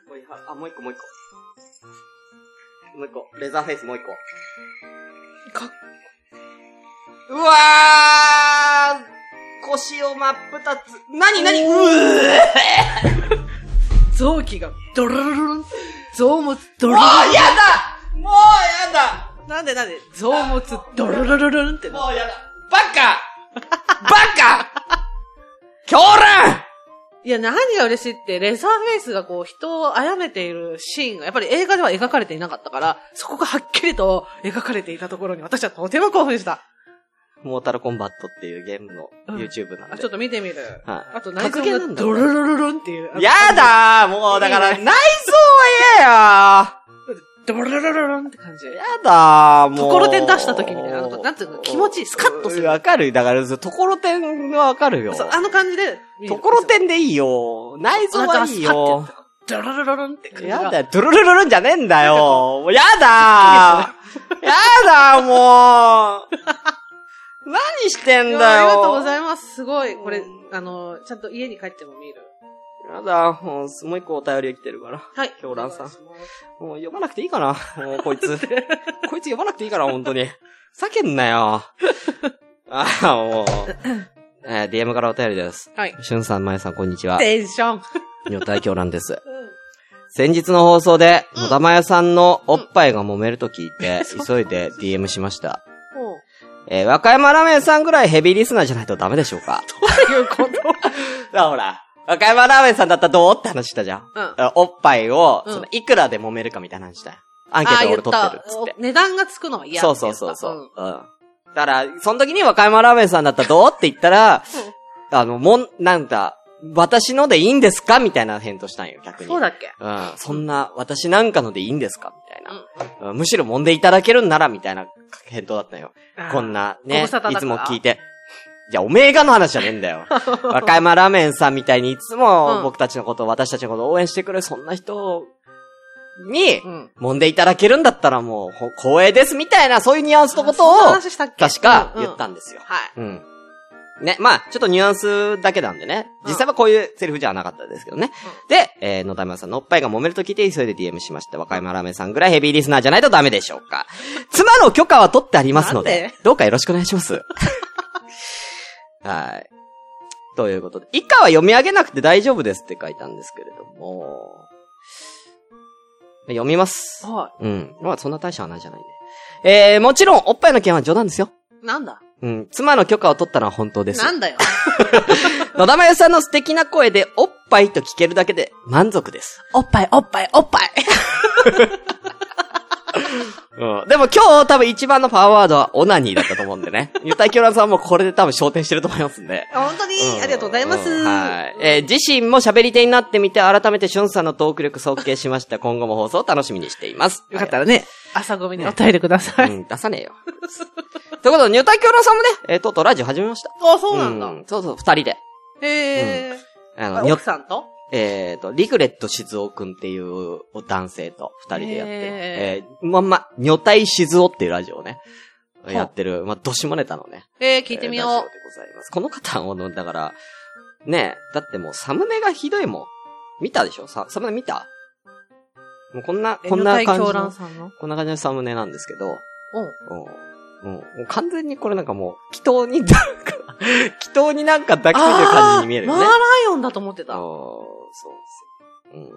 [SPEAKER 1] もういいあ、もう一個、もう一個。もう一個。レザーフェイスもう一個。
[SPEAKER 2] か
[SPEAKER 1] うわー腰を真っ二つ。なになにうー
[SPEAKER 2] 臓器が、ドロロロン。臓物、ドロロ
[SPEAKER 1] もう
[SPEAKER 2] ロ
[SPEAKER 1] やだもうやだ
[SPEAKER 2] ン。なんでなんで臓物、ドロロロロンってな。
[SPEAKER 1] もうやだバ カバカ狂乱
[SPEAKER 2] いや、何が嬉しいって、レザーフェイスがこう、人を殺めているシーンが、やっぱり映画では描かれていなかったから、そこがはっきりと描かれていたところに、私はとても興奮した。
[SPEAKER 1] モータルコンバットっていうゲームの
[SPEAKER 2] うん
[SPEAKER 1] YouTube なんで。
[SPEAKER 2] あ、ちょっと見てみる。
[SPEAKER 1] はい
[SPEAKER 2] あと、内臓
[SPEAKER 1] 格言な
[SPEAKER 2] が
[SPEAKER 1] んだ
[SPEAKER 2] ドロロロロンっていう。
[SPEAKER 1] やだーもうだから、
[SPEAKER 2] いい
[SPEAKER 1] 内臓は
[SPEAKER 2] ドロロロロロンって感じ。
[SPEAKER 1] 嫌やーやだーもう。
[SPEAKER 2] ところてん出した時みたいななんかなんつうの気持ちいいスカッとする
[SPEAKER 1] うんわかる。だから、そうところてんはわかるよ。
[SPEAKER 2] そうあの感じで、
[SPEAKER 1] ところ
[SPEAKER 2] ん
[SPEAKER 1] てんでいいよ。内臓はいいよ。。
[SPEAKER 2] ドロロロロンって感じが。
[SPEAKER 1] やだよ。ドゥルルルルンじゃねえんだよ。もうやだーやだーもう 何してん
[SPEAKER 2] い
[SPEAKER 1] だよ。
[SPEAKER 2] やありがとうございます。すごい。これ
[SPEAKER 1] う、ん
[SPEAKER 2] あの、ちゃんと家に帰っても見る。
[SPEAKER 1] やだーもうもう一個お便りが来てるから。
[SPEAKER 2] はい。
[SPEAKER 1] 狂乱さん
[SPEAKER 2] お願いします
[SPEAKER 1] もう読まなくていいかなもうこい つ。こいつ読まなくていいから、本当に。ふざけんなよ。ああ、もう。えー DM からお便りです。
[SPEAKER 2] はい。
[SPEAKER 1] しゅんさん、まゆさん、こんにちは。
[SPEAKER 2] テンション。
[SPEAKER 1] 女体狂乱です。先日の放送で、野田まやさんのおっぱいが揉めると聞い て、急いで DM しました。
[SPEAKER 2] おう
[SPEAKER 1] えー和歌山ラーメンさんぐらいヘビーリスナーじゃないとダメでしょう か
[SPEAKER 2] ということ。
[SPEAKER 1] だほら、和歌山ラーメンさんだったらどうって話したじゃん。
[SPEAKER 2] うん。
[SPEAKER 1] あおっぱいを、
[SPEAKER 2] うん
[SPEAKER 1] その、いくらで揉めるかみたいな話だよ。アンケート俺取ってるっつって
[SPEAKER 2] お。値段がつくのは嫌って
[SPEAKER 1] そ
[SPEAKER 2] 言
[SPEAKER 1] う
[SPEAKER 2] った。
[SPEAKER 1] そうそうそう。うん。だから、その時に和歌山ラーメンさんだったらどうって言ったら、あの、もん、なんだ、私のでいいんですかみたいな返答したんよ、逆
[SPEAKER 2] うん。
[SPEAKER 1] に。
[SPEAKER 2] そうだっけ
[SPEAKER 1] うん。そんな、私なんかのでいいんですかみたいな、
[SPEAKER 2] う
[SPEAKER 1] うんむしろ揉んでいただけるんなら、みたいな返答だったんよ。
[SPEAKER 2] ん。
[SPEAKER 1] こ んな、ね、
[SPEAKER 2] ご
[SPEAKER 1] い
[SPEAKER 2] 無沙汰だから
[SPEAKER 1] つも聞いて。いや、おめえがの話じゃねえんだ よ。和歌山ラーメンさんみたいにいつ
[SPEAKER 2] う
[SPEAKER 1] も
[SPEAKER 2] ん
[SPEAKER 1] 僕たちのこと、私たちのことを応援してくれる、そんな人に
[SPEAKER 2] う、ん。
[SPEAKER 1] 揉んでいただけるんだったらもう、ほ光栄ですみたいな、そういうニュアンスのこと
[SPEAKER 2] そんな
[SPEAKER 1] を、
[SPEAKER 2] 話したっけ
[SPEAKER 1] 確か言った
[SPEAKER 2] うん
[SPEAKER 1] んですよ
[SPEAKER 2] うん。は
[SPEAKER 1] う
[SPEAKER 2] い。
[SPEAKER 1] ん。ね、まあ、ちょっとニュアンスだけなんでね。
[SPEAKER 2] うん
[SPEAKER 1] 実際はこういうセリフじゃなかったですけどね。で、えー、野田山さんのおっぱいが揉めると聞いて急いで DM しました。若山ラーメンさんぐらいヘビーリスナーじゃないとダメでしょう か。妻の許可は取ってありますの
[SPEAKER 2] なん
[SPEAKER 1] で
[SPEAKER 2] で、
[SPEAKER 1] どうかよろしくお願いし ます。はい。ということで、以下は読み上げなくて大丈夫ですって書いたんですけれども、読みます。
[SPEAKER 2] は
[SPEAKER 1] うん。まあ、そんな大した話じゃないんで。えー、もちろん、おっぱいの件は冗談ですよ。
[SPEAKER 2] い。なんだ
[SPEAKER 1] うん。妻の許可を取ったのは本当です
[SPEAKER 2] な。ん だよ。
[SPEAKER 1] 野田真由さんの素敵な声で、おっぱいと聞けるだけで満足です。
[SPEAKER 2] おっぱい、おっぱい、おっぱい。
[SPEAKER 1] うん。でも今日多分一番のパワーワードはオナニーだったと思うんで ね。ゆたいきょらさんもこれで多分昇天してると思いますんで。
[SPEAKER 2] 本当に
[SPEAKER 1] ん、
[SPEAKER 2] ありがとうございます。
[SPEAKER 1] うんはい。えー自身も喋り手になってみて、改めてしゅんさんのトーク力尊敬しました。今後も放送を楽しみにしています。
[SPEAKER 2] よかったらね、朝ごめにお便りくださ。
[SPEAKER 1] はいい。うん、出さねえよ。ということで、ニュータイ教さんもね、えーとうとうラジオ始めました。
[SPEAKER 2] あ、そうなんだ。
[SPEAKER 1] んそうそう、二人で。
[SPEAKER 2] へえ。
[SPEAKER 1] あ
[SPEAKER 2] あ
[SPEAKER 1] の、ニュ
[SPEAKER 2] 奥さんと
[SPEAKER 1] えっ、と、リグレット静雄くんっていう男性と二人でやって、え
[SPEAKER 2] へ
[SPEAKER 1] ーまんま、女体静雄っていうラジオをね、
[SPEAKER 2] い
[SPEAKER 1] やってる、まあ、どしもネタのね。
[SPEAKER 2] えー、聞いてみよう
[SPEAKER 1] えーラジオ。でございます。この方を、だから、ねえ、だってもうサムネがひどいもん。見たでしょササムネ見たもうこんな、こんな感じの、
[SPEAKER 2] さんの
[SPEAKER 1] こんな感じのサムネなんですけど、
[SPEAKER 2] うん。
[SPEAKER 1] うん。もうもう完全にこれなんかもう、祈祷に、なんか、祈祷になんか抱きついてる感じに見えるよね
[SPEAKER 2] マー。ライオンだと思ってた。
[SPEAKER 1] あー
[SPEAKER 2] あ
[SPEAKER 1] そうですよ。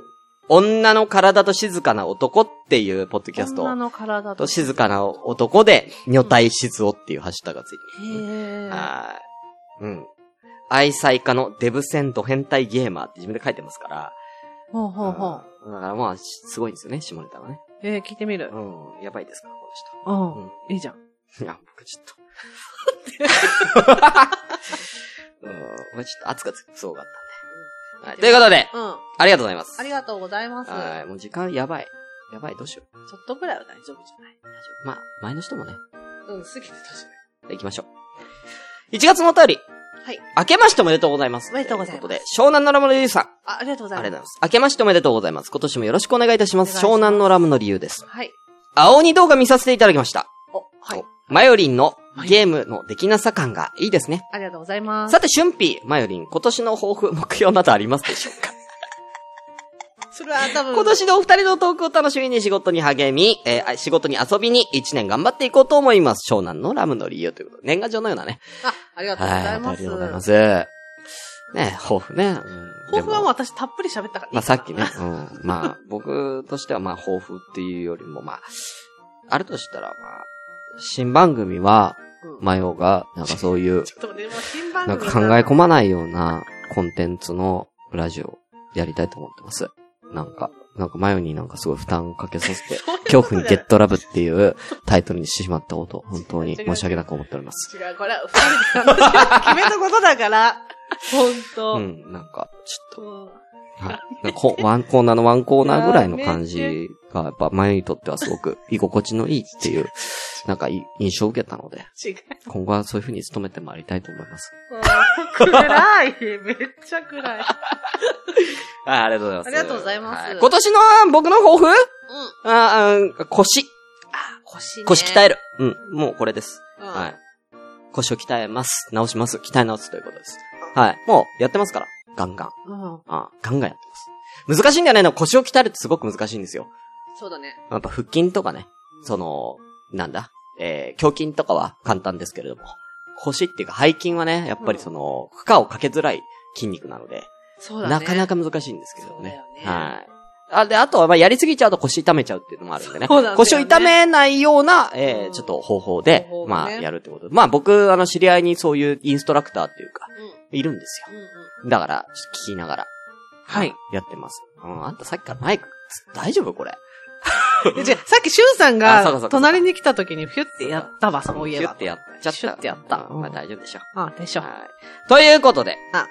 [SPEAKER 1] うん。女の体と静かな男っていうポッドキャス
[SPEAKER 2] 女
[SPEAKER 1] ト
[SPEAKER 2] の体
[SPEAKER 1] と
[SPEAKER 2] と。
[SPEAKER 1] 静かな男で、女体静男っていうハッシュタグがついて
[SPEAKER 2] へ
[SPEAKER 1] る。
[SPEAKER 2] え。
[SPEAKER 1] はい。うん。愛妻家のデブ戦ド変態ゲーマーって自分で書いてますから。
[SPEAKER 2] ほうほうほう。
[SPEAKER 1] うんだからまあ、しすごいんですよね、下ネタはね。
[SPEAKER 2] えー、聞いてみる。
[SPEAKER 1] うん。やばいですから、この人。
[SPEAKER 2] うん
[SPEAKER 1] うん。
[SPEAKER 2] いいじゃん。
[SPEAKER 1] いや、僕ちょっと。 うん、僕ちょっと熱がすごかったんで。はい。ということで、
[SPEAKER 2] うん。
[SPEAKER 1] ありがとうございます。
[SPEAKER 2] ありがとうございます。
[SPEAKER 1] は
[SPEAKER 2] ち
[SPEAKER 1] い。もう時間やばい。やばい、どうしよう。
[SPEAKER 2] ょっとぐらいは大丈夫じゃない
[SPEAKER 1] 大丈夫。まあ、前の人もね。
[SPEAKER 2] うん、過ぎてたじ
[SPEAKER 1] 行きましょう。1月のお便り。
[SPEAKER 2] ゃない。はい。
[SPEAKER 1] 明けましておめでとうございます。
[SPEAKER 2] おめでとうございます
[SPEAKER 1] ということで、湘南のラムの理由さん。
[SPEAKER 2] あ、ありがとうござ
[SPEAKER 1] あ
[SPEAKER 2] い
[SPEAKER 1] りがとうござい
[SPEAKER 2] ま
[SPEAKER 1] ます。明けましておめでとうございます。今年もよろしくお願いいたします。
[SPEAKER 2] お願いします
[SPEAKER 1] 湘南のラムの理由です
[SPEAKER 2] す。。はい。
[SPEAKER 1] 青鬼動画見させていただきました。
[SPEAKER 2] お、はい。
[SPEAKER 1] マヨリンのゲームのできなさ感がいいですね。
[SPEAKER 2] ありがとうございます。
[SPEAKER 1] さて、シュンピー、マヨリン、今年の抱負、目標などありますでしょうか
[SPEAKER 2] それは多分。
[SPEAKER 1] 今年のお二人のトークを楽しみに仕事に励み、えーあ仕事に遊びに一年頑張っていこうと思います。湘南のラムの理由ということで、年賀状のようなね。
[SPEAKER 2] あ、ありがとうございます。
[SPEAKER 1] ありがとうございま。す。ねえ、抱負ね。うん、
[SPEAKER 2] 抱負
[SPEAKER 1] で
[SPEAKER 2] はもう
[SPEAKER 1] も
[SPEAKER 2] 私たっぷり喋ったからい
[SPEAKER 1] ま
[SPEAKER 2] いかな。
[SPEAKER 1] あさっきね。うん、まあ、僕としてはまあ抱負っていうよりもまあ、あるとしたらまあ、新番組は、
[SPEAKER 2] うん。
[SPEAKER 1] マヨが、なんかそういう、
[SPEAKER 2] ちょっとね、もう新番
[SPEAKER 1] なん
[SPEAKER 2] 組
[SPEAKER 1] か考え込まないようなコンテンツのラジオやりたいと思ってます。なんか、なんかマヨになんかすごい負担かけさせ て、恐怖にゲットラブっていうタイトルにしてしまったこと、本当に申し訳なく思っております。
[SPEAKER 2] 違う、これは二人で話し決めたことだから。ほん
[SPEAKER 1] う
[SPEAKER 2] と。
[SPEAKER 1] ん、なんか、ちょっ
[SPEAKER 2] うん
[SPEAKER 1] と、はい。なんかこワンコーナーのワンコーナーぐらいの感じが、やっぱマヨにとってはすご く居心地のいいっていう、なんかいい印象を受けたので、
[SPEAKER 2] 違う。
[SPEAKER 1] 今後はそういう風に努めてまいりたいと思います。
[SPEAKER 2] 暗い。めっちゃ暗
[SPEAKER 1] は
[SPEAKER 2] い。
[SPEAKER 1] い、ありがとうございます
[SPEAKER 2] ありがとうございます
[SPEAKER 1] は今年の僕の抱負
[SPEAKER 2] うん。
[SPEAKER 1] あーあー、腰。
[SPEAKER 2] あ、腰ね。
[SPEAKER 1] 腰鍛え
[SPEAKER 2] る。
[SPEAKER 1] る。うん。もうこれです。
[SPEAKER 2] うん、
[SPEAKER 1] はい。腰を鍛えます。直します。鍛え直すということです。はい。もうやってますから。ガンガン。
[SPEAKER 2] うん。
[SPEAKER 1] あガンガンやってます。難しいんだよね。でも腰を鍛えるってすごく難しいんですよ。
[SPEAKER 2] そうだね。
[SPEAKER 1] やっぱ腹筋とかね。その、なんだ。えー、胸筋とかは簡単ですけれども。腰っていうか背筋はね、やっぱりその、負荷をかけづらい筋肉なので、
[SPEAKER 2] そうだね。
[SPEAKER 1] なかなか難しいんですけどね。
[SPEAKER 2] そうだよね
[SPEAKER 1] はい。あ、で、あとは、まあ、やりすぎちゃうと腰痛めちゃうっていうのもあるんでね。
[SPEAKER 2] そうなんだよね
[SPEAKER 1] 腰を痛めないような、え
[SPEAKER 2] う
[SPEAKER 1] ー、
[SPEAKER 2] ん
[SPEAKER 1] ちょっと方法で、
[SPEAKER 2] 方法をね
[SPEAKER 1] まあ、やるってことで。まあ、僕、あの、知り合いにそういうインストラクターっていうか、
[SPEAKER 2] うん。
[SPEAKER 1] いるんです
[SPEAKER 2] うんうん。
[SPEAKER 1] よ。だから、聞きながら。
[SPEAKER 2] はい。
[SPEAKER 1] やってます。うん、あんたさっきからマイク、大丈夫これ。
[SPEAKER 2] で違う、さっきしゅんさん
[SPEAKER 1] あそうかそう
[SPEAKER 2] が
[SPEAKER 1] か
[SPEAKER 2] 隣に来た時にピュってやったわ、そういえ
[SPEAKER 1] ヒュ
[SPEAKER 2] ば
[SPEAKER 1] ッ。てやっちゃった。
[SPEAKER 2] ヒュッてやった
[SPEAKER 1] うんまあ、大丈夫でしょ
[SPEAKER 2] あ、でし
[SPEAKER 1] う。
[SPEAKER 2] ょ。
[SPEAKER 1] はい。ということで、
[SPEAKER 2] あ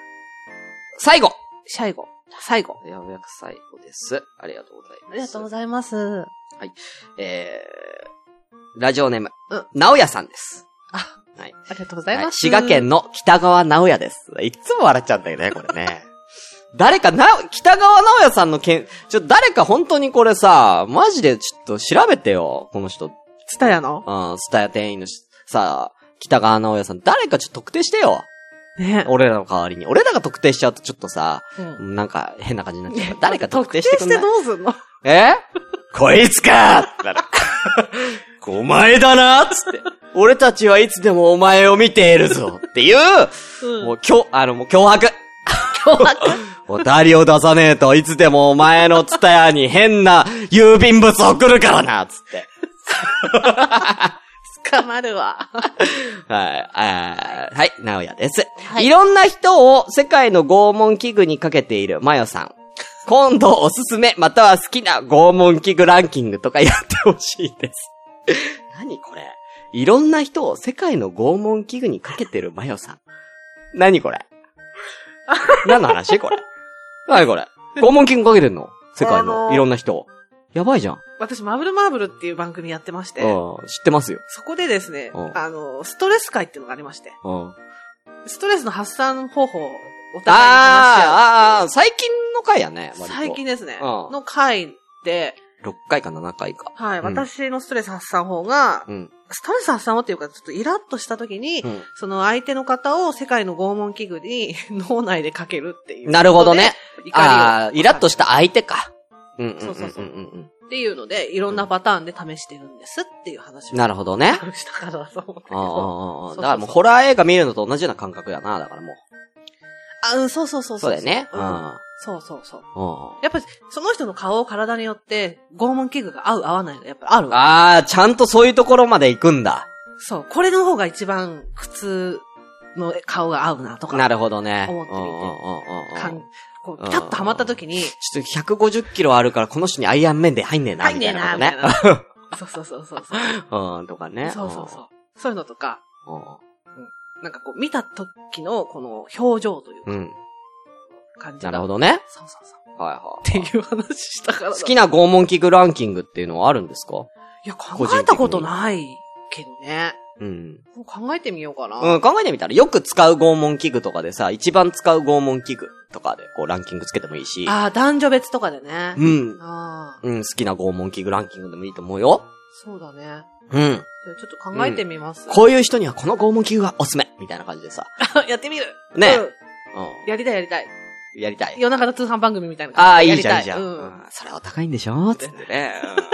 [SPEAKER 1] 最後
[SPEAKER 2] 最後。最後。
[SPEAKER 1] ようやく最後です。ありがとうございます。
[SPEAKER 2] ありがとうございます。
[SPEAKER 1] えー、ラジオネーム、
[SPEAKER 2] うん
[SPEAKER 1] 直哉さんです。
[SPEAKER 2] あ、
[SPEAKER 1] はい
[SPEAKER 2] ありがとうござい
[SPEAKER 1] は
[SPEAKER 2] ま
[SPEAKER 1] い
[SPEAKER 2] す。
[SPEAKER 1] 滋賀県の北川直哉です。いっつも笑っちゃうんだよ ね、これね。誰かな、北川直哉さんの件、ちょ、誰か本当にこれさ、マジでちょっと調べてよ、この人。
[SPEAKER 2] ツタヤの
[SPEAKER 1] うん、スタヤ店員のしさ、北川直哉さん、誰かちょっと特定して よ。
[SPEAKER 2] ね。
[SPEAKER 1] 俺らの代わりに。俺らが特定しちゃうとちょっとさ、
[SPEAKER 2] うん
[SPEAKER 1] なんか変な感じになっちゃうから。誰
[SPEAKER 2] 誰
[SPEAKER 1] か
[SPEAKER 2] か
[SPEAKER 1] 特
[SPEAKER 2] 特
[SPEAKER 1] 定
[SPEAKER 2] 定
[SPEAKER 1] し
[SPEAKER 2] してて
[SPEAKER 1] くんない
[SPEAKER 2] どうすんの
[SPEAKER 1] えこいつかってなるお前だなつって。俺たちはいつでもお前を見ているぞっていう、
[SPEAKER 2] うん
[SPEAKER 1] もう、きょ、あの、もう脅迫。
[SPEAKER 2] 脅迫
[SPEAKER 1] お便りを出さねえといつでもお前のツタヤに変な郵便物送るからなつって。
[SPEAKER 2] 捕まるわ。
[SPEAKER 1] はい、あーはい、なおやです、い。ろんな人を世界の拷問器具にかけているマヨさん。今度おすすめ、または好きな拷問器具ランキングとかやってほしい です。何これいろんな人を世界の拷問器具にかけてるマヨさん。何これ何の話これ何これ拷問器具かけてんの世界
[SPEAKER 2] あ
[SPEAKER 1] の
[SPEAKER 2] の
[SPEAKER 1] いろんな人を。やばいじゃん。
[SPEAKER 2] 私、マブルマーブルっていう番組やってまして、
[SPEAKER 1] うん、知ってますよ。
[SPEAKER 2] そこでですね
[SPEAKER 1] う、ん
[SPEAKER 2] あの、ストレス会っていうのがありまして、
[SPEAKER 1] うん。
[SPEAKER 2] ストレスの発散方法をお互いに話
[SPEAKER 1] あー
[SPEAKER 2] し
[SPEAKER 1] あ
[SPEAKER 2] 合う
[SPEAKER 1] ー、最近の回やね。割と
[SPEAKER 2] 最近ですね、
[SPEAKER 1] うん
[SPEAKER 2] の会で、
[SPEAKER 1] 6回か7回か。
[SPEAKER 2] はい、
[SPEAKER 1] うん
[SPEAKER 2] 私のストレス発散法が、
[SPEAKER 1] うん。
[SPEAKER 2] ストレス発散法っていうか、ちょっとイラッとした時に、
[SPEAKER 1] うん
[SPEAKER 2] その相手の方を世界の拷問器具に 脳内でかけるっていう。
[SPEAKER 1] なるほどね。。
[SPEAKER 2] 怒りを。
[SPEAKER 1] ああ、イラッとした相手か。うんうんうんうん
[SPEAKER 2] そうそうそうんっていうので、いろんなパターンで試してるんですっていう話
[SPEAKER 1] う
[SPEAKER 2] を
[SPEAKER 1] ん。なるほどね。
[SPEAKER 2] したからだと思ったけ
[SPEAKER 1] あああ
[SPEAKER 2] ど。
[SPEAKER 1] ああ
[SPEAKER 2] そうそうそ
[SPEAKER 1] あ
[SPEAKER 2] う
[SPEAKER 1] だからもうホラー映画見るのと同じような感覚やな、だからもう。
[SPEAKER 2] あ、うん、そうそうそう
[SPEAKER 1] そうだよね。うん。
[SPEAKER 2] うん
[SPEAKER 1] う
[SPEAKER 2] そうそうそう。
[SPEAKER 1] ん。
[SPEAKER 2] やっぱり、その人の顔を体によって、拷問器具が合う合わないがやっぱあるわ。
[SPEAKER 1] ああ、ちゃんとそういうところまで行くんだ。
[SPEAKER 2] そう。これの方が一番、苦痛の顔が合うなとか。
[SPEAKER 1] なるほどね。
[SPEAKER 2] 思ってみ
[SPEAKER 1] う
[SPEAKER 2] て
[SPEAKER 1] んうんうんうん
[SPEAKER 2] か
[SPEAKER 1] うん
[SPEAKER 2] んこ
[SPEAKER 1] う
[SPEAKER 2] う、
[SPEAKER 1] ん
[SPEAKER 2] ピタッとはまった時に、
[SPEAKER 1] ちょっと150キロあるからこの人にアイアンメンで入んねえな、
[SPEAKER 2] 入ん
[SPEAKER 1] み
[SPEAKER 2] ね
[SPEAKER 1] た
[SPEAKER 2] え
[SPEAKER 1] いなこ
[SPEAKER 2] な、
[SPEAKER 1] と
[SPEAKER 2] みた
[SPEAKER 1] ね
[SPEAKER 2] い。な。 そうそうそうそうそう。
[SPEAKER 1] うん、とかね。
[SPEAKER 2] そうそうそう。そういうのとか、
[SPEAKER 1] うん。
[SPEAKER 2] なんかこう、見た時の、この、表情という
[SPEAKER 1] う
[SPEAKER 2] か
[SPEAKER 1] ん。うん。
[SPEAKER 2] 感じが。
[SPEAKER 1] なるほ。どね。
[SPEAKER 2] そうそうそう。
[SPEAKER 1] はいは
[SPEAKER 2] っていう話したから
[SPEAKER 1] い。
[SPEAKER 2] だ。
[SPEAKER 1] 好きな拷問器具ランキングっていうのはあるんですか
[SPEAKER 2] いや、考えたことないけどね。
[SPEAKER 1] うん。
[SPEAKER 2] もう考えてみようかな。
[SPEAKER 1] うん、考えてみたら、よく使う拷問器具とかでさ、一番使う拷問器具とかで、こう、ランキングつけてもいいし。
[SPEAKER 2] ああ、男女別とかでね。
[SPEAKER 1] うん。
[SPEAKER 2] ああ、
[SPEAKER 1] うん、好きな拷問器具ランキングでもいいと思うよ。
[SPEAKER 2] そうだね。
[SPEAKER 1] うん。
[SPEAKER 2] じゃあちょっと考えてみます。
[SPEAKER 1] こういう人にはこの拷問器具がおすすめみたいな感じでさ。
[SPEAKER 2] やってみる。
[SPEAKER 1] ね
[SPEAKER 2] う
[SPEAKER 1] うん
[SPEAKER 2] やりたいやりたい。
[SPEAKER 1] ん。やりたい。
[SPEAKER 2] 夜中の通販番組みたいな
[SPEAKER 1] ああ、
[SPEAKER 2] 感
[SPEAKER 1] い
[SPEAKER 2] でや
[SPEAKER 1] い
[SPEAKER 2] り
[SPEAKER 1] じゃん、
[SPEAKER 2] た
[SPEAKER 1] いいじゃん。
[SPEAKER 2] う
[SPEAKER 1] うん、それお高いんでしょつってね。うん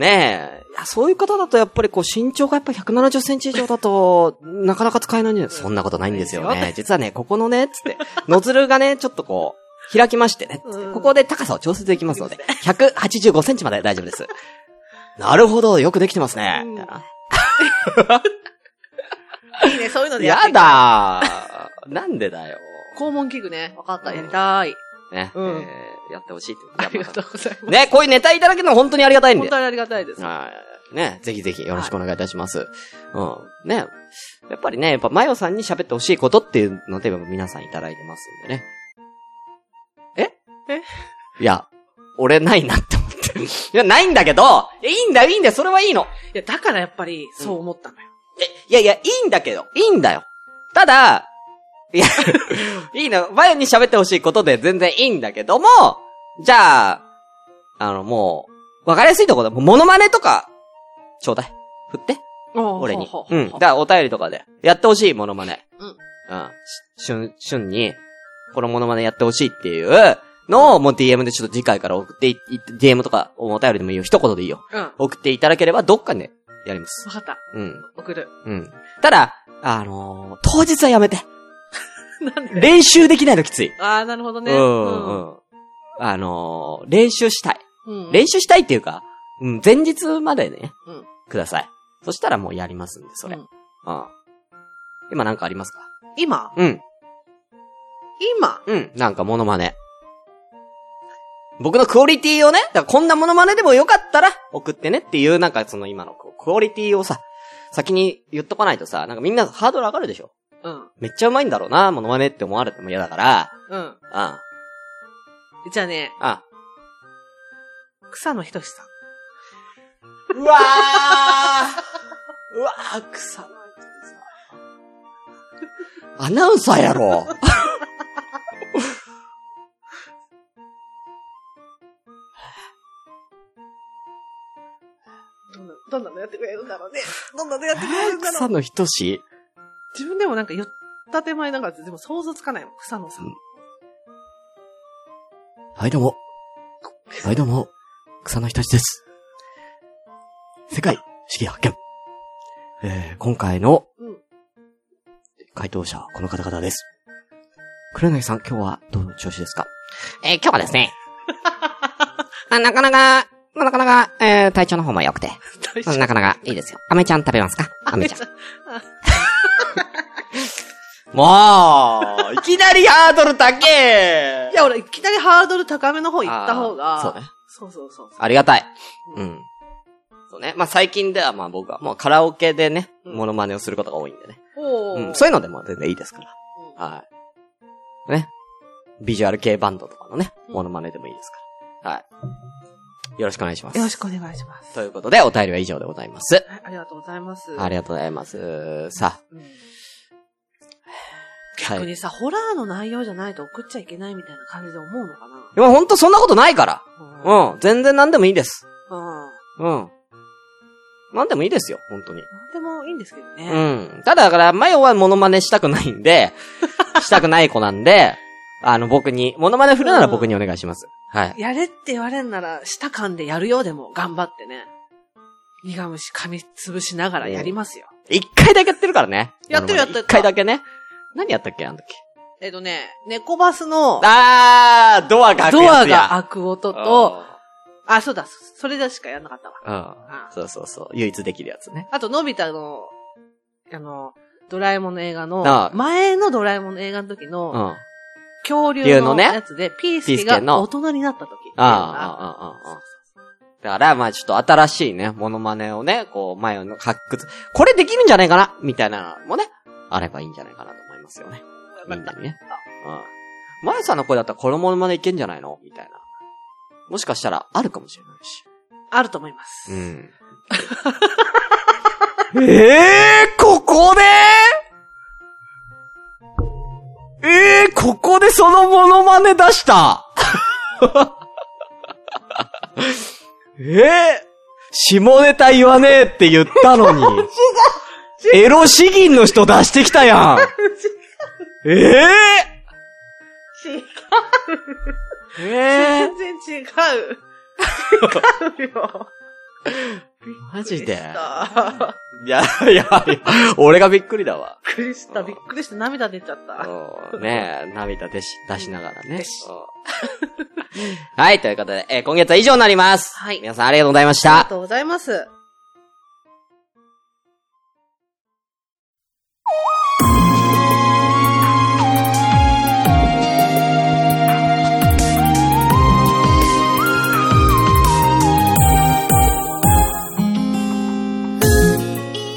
[SPEAKER 1] ねえ。いや、そういう方だとやっぱりこう身長がやっぱ170センチ以上だと、なかなか使えないんじゃないそんなことないんですよ
[SPEAKER 2] ない
[SPEAKER 1] ね。実はね、ここのね、つって、ノズルがね、ちょっとこう、開きましてね。つって
[SPEAKER 2] うん
[SPEAKER 1] ここで高さを調節できますので、185センチまで大丈夫です。なるほど、よくできてますね。
[SPEAKER 2] うん
[SPEAKER 1] みたいな
[SPEAKER 2] うん。いいね、そういうのでやって
[SPEAKER 1] や
[SPEAKER 2] みたい。
[SPEAKER 1] だー。なんでだよ。
[SPEAKER 2] 肛門器具ね。わかった、やりたい。
[SPEAKER 1] ね、
[SPEAKER 2] うん
[SPEAKER 1] えーやってほしいってこと
[SPEAKER 2] あ
[SPEAKER 1] だ
[SPEAKER 2] りがとうございます。
[SPEAKER 1] ね、こういうネタいただけるの本当にありがたいん
[SPEAKER 2] 本
[SPEAKER 1] で。
[SPEAKER 2] 当にありがたいです。
[SPEAKER 1] はい。ね、ぜひぜひよろしくお願いいたします。うん。ね。やっぱりね、やっぱ、マヨさんに喋ってほしいことっていうので、皆さんいただいてますんでね。え
[SPEAKER 2] え
[SPEAKER 1] いや、俺ないなって思ってる。いや、ないんだけど、いやいいんだよ、いいんだよ、それはいいの。
[SPEAKER 2] いや、だからやっぱり、そう思ったのよ。
[SPEAKER 1] え、いやいや、いいんだけど、いいんだよ。ただ、い や、いいの、マヨに喋ってほしいことで全然いいんだけども、じゃあ、あの、もう、わかりやすいところだ。もうモノマネとか、ちょうだい。振って。
[SPEAKER 2] おー
[SPEAKER 1] 俺に
[SPEAKER 2] ほうほ。
[SPEAKER 1] う。
[SPEAKER 2] うんほ
[SPEAKER 1] だ
[SPEAKER 2] う
[SPEAKER 1] からお便りとかで、やってほしいモノマネ。
[SPEAKER 2] うん
[SPEAKER 1] うん。ししゅん、しゅんに、このモノマネやってほしいっていうのを、もう DM でちょっと次回から送ってい、い DM とか、お便りでもいいよ。一言でいいよ。
[SPEAKER 2] うん。わ
[SPEAKER 1] 送っていただければ、どっかで、やります。
[SPEAKER 2] かった。
[SPEAKER 1] うん。
[SPEAKER 2] 送る。
[SPEAKER 1] うん。ただ、あのー当日はやめて。
[SPEAKER 2] なんで
[SPEAKER 1] 練習できないのきつい。
[SPEAKER 2] ああ、なるほどね。
[SPEAKER 1] うん。うん。あのー練習したい。
[SPEAKER 2] うん。
[SPEAKER 1] 練習したいっていうか、うん、前日までね、
[SPEAKER 2] うん
[SPEAKER 1] ください。そしたらもうやりますんで、それ。
[SPEAKER 2] う
[SPEAKER 1] うんん。今なんかありますか
[SPEAKER 2] 今
[SPEAKER 1] うん。
[SPEAKER 2] 今
[SPEAKER 1] うん。なんかモノマネ。僕のクオリティをね、だからこんなモノマネでもよかったら送ってねっていう、なんかその今のこうクオリティをさ、先に言っとかないとさ、なんかみんなハードル上がるでしょ
[SPEAKER 2] うん。
[SPEAKER 1] めっちゃうまいんだろうな、モノマネって思われても嫌だから、
[SPEAKER 2] うん。
[SPEAKER 1] あ
[SPEAKER 2] じゃあね、
[SPEAKER 1] あ、あ
[SPEAKER 2] 草野仁さん。
[SPEAKER 1] あ。うわーうわー、草の人さ。アナウンサーや ろ
[SPEAKER 2] どんな、どんなのやってくれるんだろうね。どんなのやってくれるんだろ
[SPEAKER 1] 草
[SPEAKER 2] う。
[SPEAKER 1] の人志
[SPEAKER 2] 自分でもなんか言った手前なんか、でも想像つかないもん。草野さん。
[SPEAKER 1] はい、どうも。はい、どうも。草の人志です。世界、四季発見。えー、今回の
[SPEAKER 2] うん。
[SPEAKER 1] 回答者、この方々です。黒柳さん、今日はどういう調子ですか
[SPEAKER 4] えー今日はですね、 あなかなか、なかなか、えー体調の方も良 くて、
[SPEAKER 2] 大丈夫
[SPEAKER 4] なかなかいいですよ。アメちゃん食べますかアメちゃん。
[SPEAKER 1] もう、いきなりハードル高え
[SPEAKER 2] いや、俺、いきなりハードル高めの方行った方が、
[SPEAKER 1] あーそうね。
[SPEAKER 2] そうそうそうそう。
[SPEAKER 1] ありがたい。うん。そうね。まあ、最近ではまあ僕はもうカラオケでね、
[SPEAKER 2] うん
[SPEAKER 1] モノマネをすることが多いんでね。
[SPEAKER 2] おー
[SPEAKER 1] うん。そういうのでも全然いいですから。
[SPEAKER 2] うん
[SPEAKER 1] はい。ね。ビジュアル系バンドとかのね、
[SPEAKER 2] うん
[SPEAKER 1] モノマネでもいいですから。はい。よろしくお願いします。
[SPEAKER 2] よろしくお願いします。
[SPEAKER 1] ということで、お便りは以上でございます。
[SPEAKER 2] はい、ありがとうございます。
[SPEAKER 1] ありがとうございます。さ
[SPEAKER 2] うん
[SPEAKER 1] あ。は
[SPEAKER 2] 逆
[SPEAKER 1] い。
[SPEAKER 2] にさ、ホラーの内容じゃないと送っちゃいけないみたいな感じで思うのかな
[SPEAKER 1] でもほんとそんなことないから。
[SPEAKER 2] うん。
[SPEAKER 1] うん。全然何でもいいです。
[SPEAKER 2] うん。
[SPEAKER 1] うん。何でもいいですよ、本当に。
[SPEAKER 2] なんでもいいんですけどね。
[SPEAKER 1] うん。ただだから、マヨはモノマネしたくないん で、したくない子なんで、あの、僕に、モノマネ振るなら僕にお願いします。はい。
[SPEAKER 2] やれって言われんなら、下感でやるよ、でも、頑張ってね。苦虫噛みつぶしながらやりますよ。
[SPEAKER 1] 一回だけやってるからね。
[SPEAKER 2] やってるやって
[SPEAKER 1] モノマネ
[SPEAKER 2] る
[SPEAKER 1] 一回だけね。何やったっけあの時。
[SPEAKER 2] えっとね、猫バスの
[SPEAKER 1] あー、ドアが開く
[SPEAKER 2] ド
[SPEAKER 1] や
[SPEAKER 2] ア
[SPEAKER 1] つ
[SPEAKER 2] が
[SPEAKER 1] や。
[SPEAKER 2] 開く音と、あ、そうだ、そそれでしかやんなかったわ。
[SPEAKER 1] うん。
[SPEAKER 2] あ
[SPEAKER 1] そうそうそう。唯一できるやつね。
[SPEAKER 2] あと、のび太の、あの、ドラえもんの映画
[SPEAKER 1] あ
[SPEAKER 2] の
[SPEAKER 1] あ、
[SPEAKER 2] 前のドラえもんの映画の時
[SPEAKER 1] うん。
[SPEAKER 2] の、
[SPEAKER 1] あ
[SPEAKER 2] 恐
[SPEAKER 1] 竜
[SPEAKER 2] 竜
[SPEAKER 1] の
[SPEAKER 2] の
[SPEAKER 1] ね
[SPEAKER 2] やつで、ピースケ
[SPEAKER 1] ピースケ
[SPEAKER 2] が
[SPEAKER 1] の
[SPEAKER 2] 大人になった時。
[SPEAKER 1] あ、ああ、ああ。だから、まあちょっと新しいね、モノマネをね、こう、マヨの発掘、これできるんじゃないかなみたいなのもね、あればいいんじゃないかなと思いますよね。みんなにね。うん。マヨさんの声だったらこのモノマネいけんじゃないのみたいな。もしかしたら、あるかもしれないし。
[SPEAKER 2] あると思います。
[SPEAKER 1] ん。 えー、ここでえー、ここでそのモノマネ出した えー、下ネタ言わねえって言った のに。エロ詩吟の人出してきたやん。ええ
[SPEAKER 2] 違う
[SPEAKER 1] ー、えー
[SPEAKER 2] 全、然違う。違うよ。
[SPEAKER 1] マジで
[SPEAKER 2] びっくりした。
[SPEAKER 1] いや、いや、いや、俺がびっくりだわ。
[SPEAKER 2] びっくりした。びっくりした。涙出ちゃった。
[SPEAKER 1] そうねえ、涙出し、出しながらね
[SPEAKER 2] 出し。
[SPEAKER 1] うんはい、ということで、えー今月は以上になります。
[SPEAKER 2] はい
[SPEAKER 1] 皆さんありがとうございまし
[SPEAKER 2] ありが
[SPEAKER 1] た。
[SPEAKER 2] とうございます。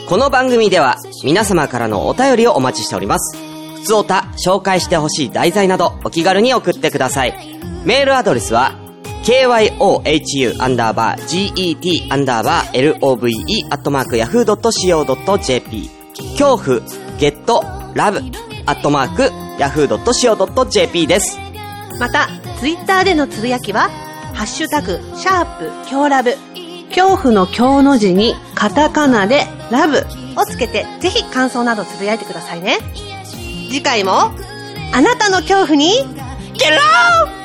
[SPEAKER 1] この番組では、皆様からのお便りをお待ちしております。ふつおた、紹介してほしい題材など、お気軽に送ってください。メールアドレスは、kyohu アンダーバー get アンダーバー love アットマーク yahoo.co.jp 恐怖 get love アットマーク yahoo.co.jp です。
[SPEAKER 2] また、ツイッターでのつぶやきは、ハッシュタグ、シャープ、強ラブ、恐怖の強の字に、カタカナで、ラブをつけて、ぜひ感想などつぶやいてくださいね。次回も、あなたの恐怖に、ゲロー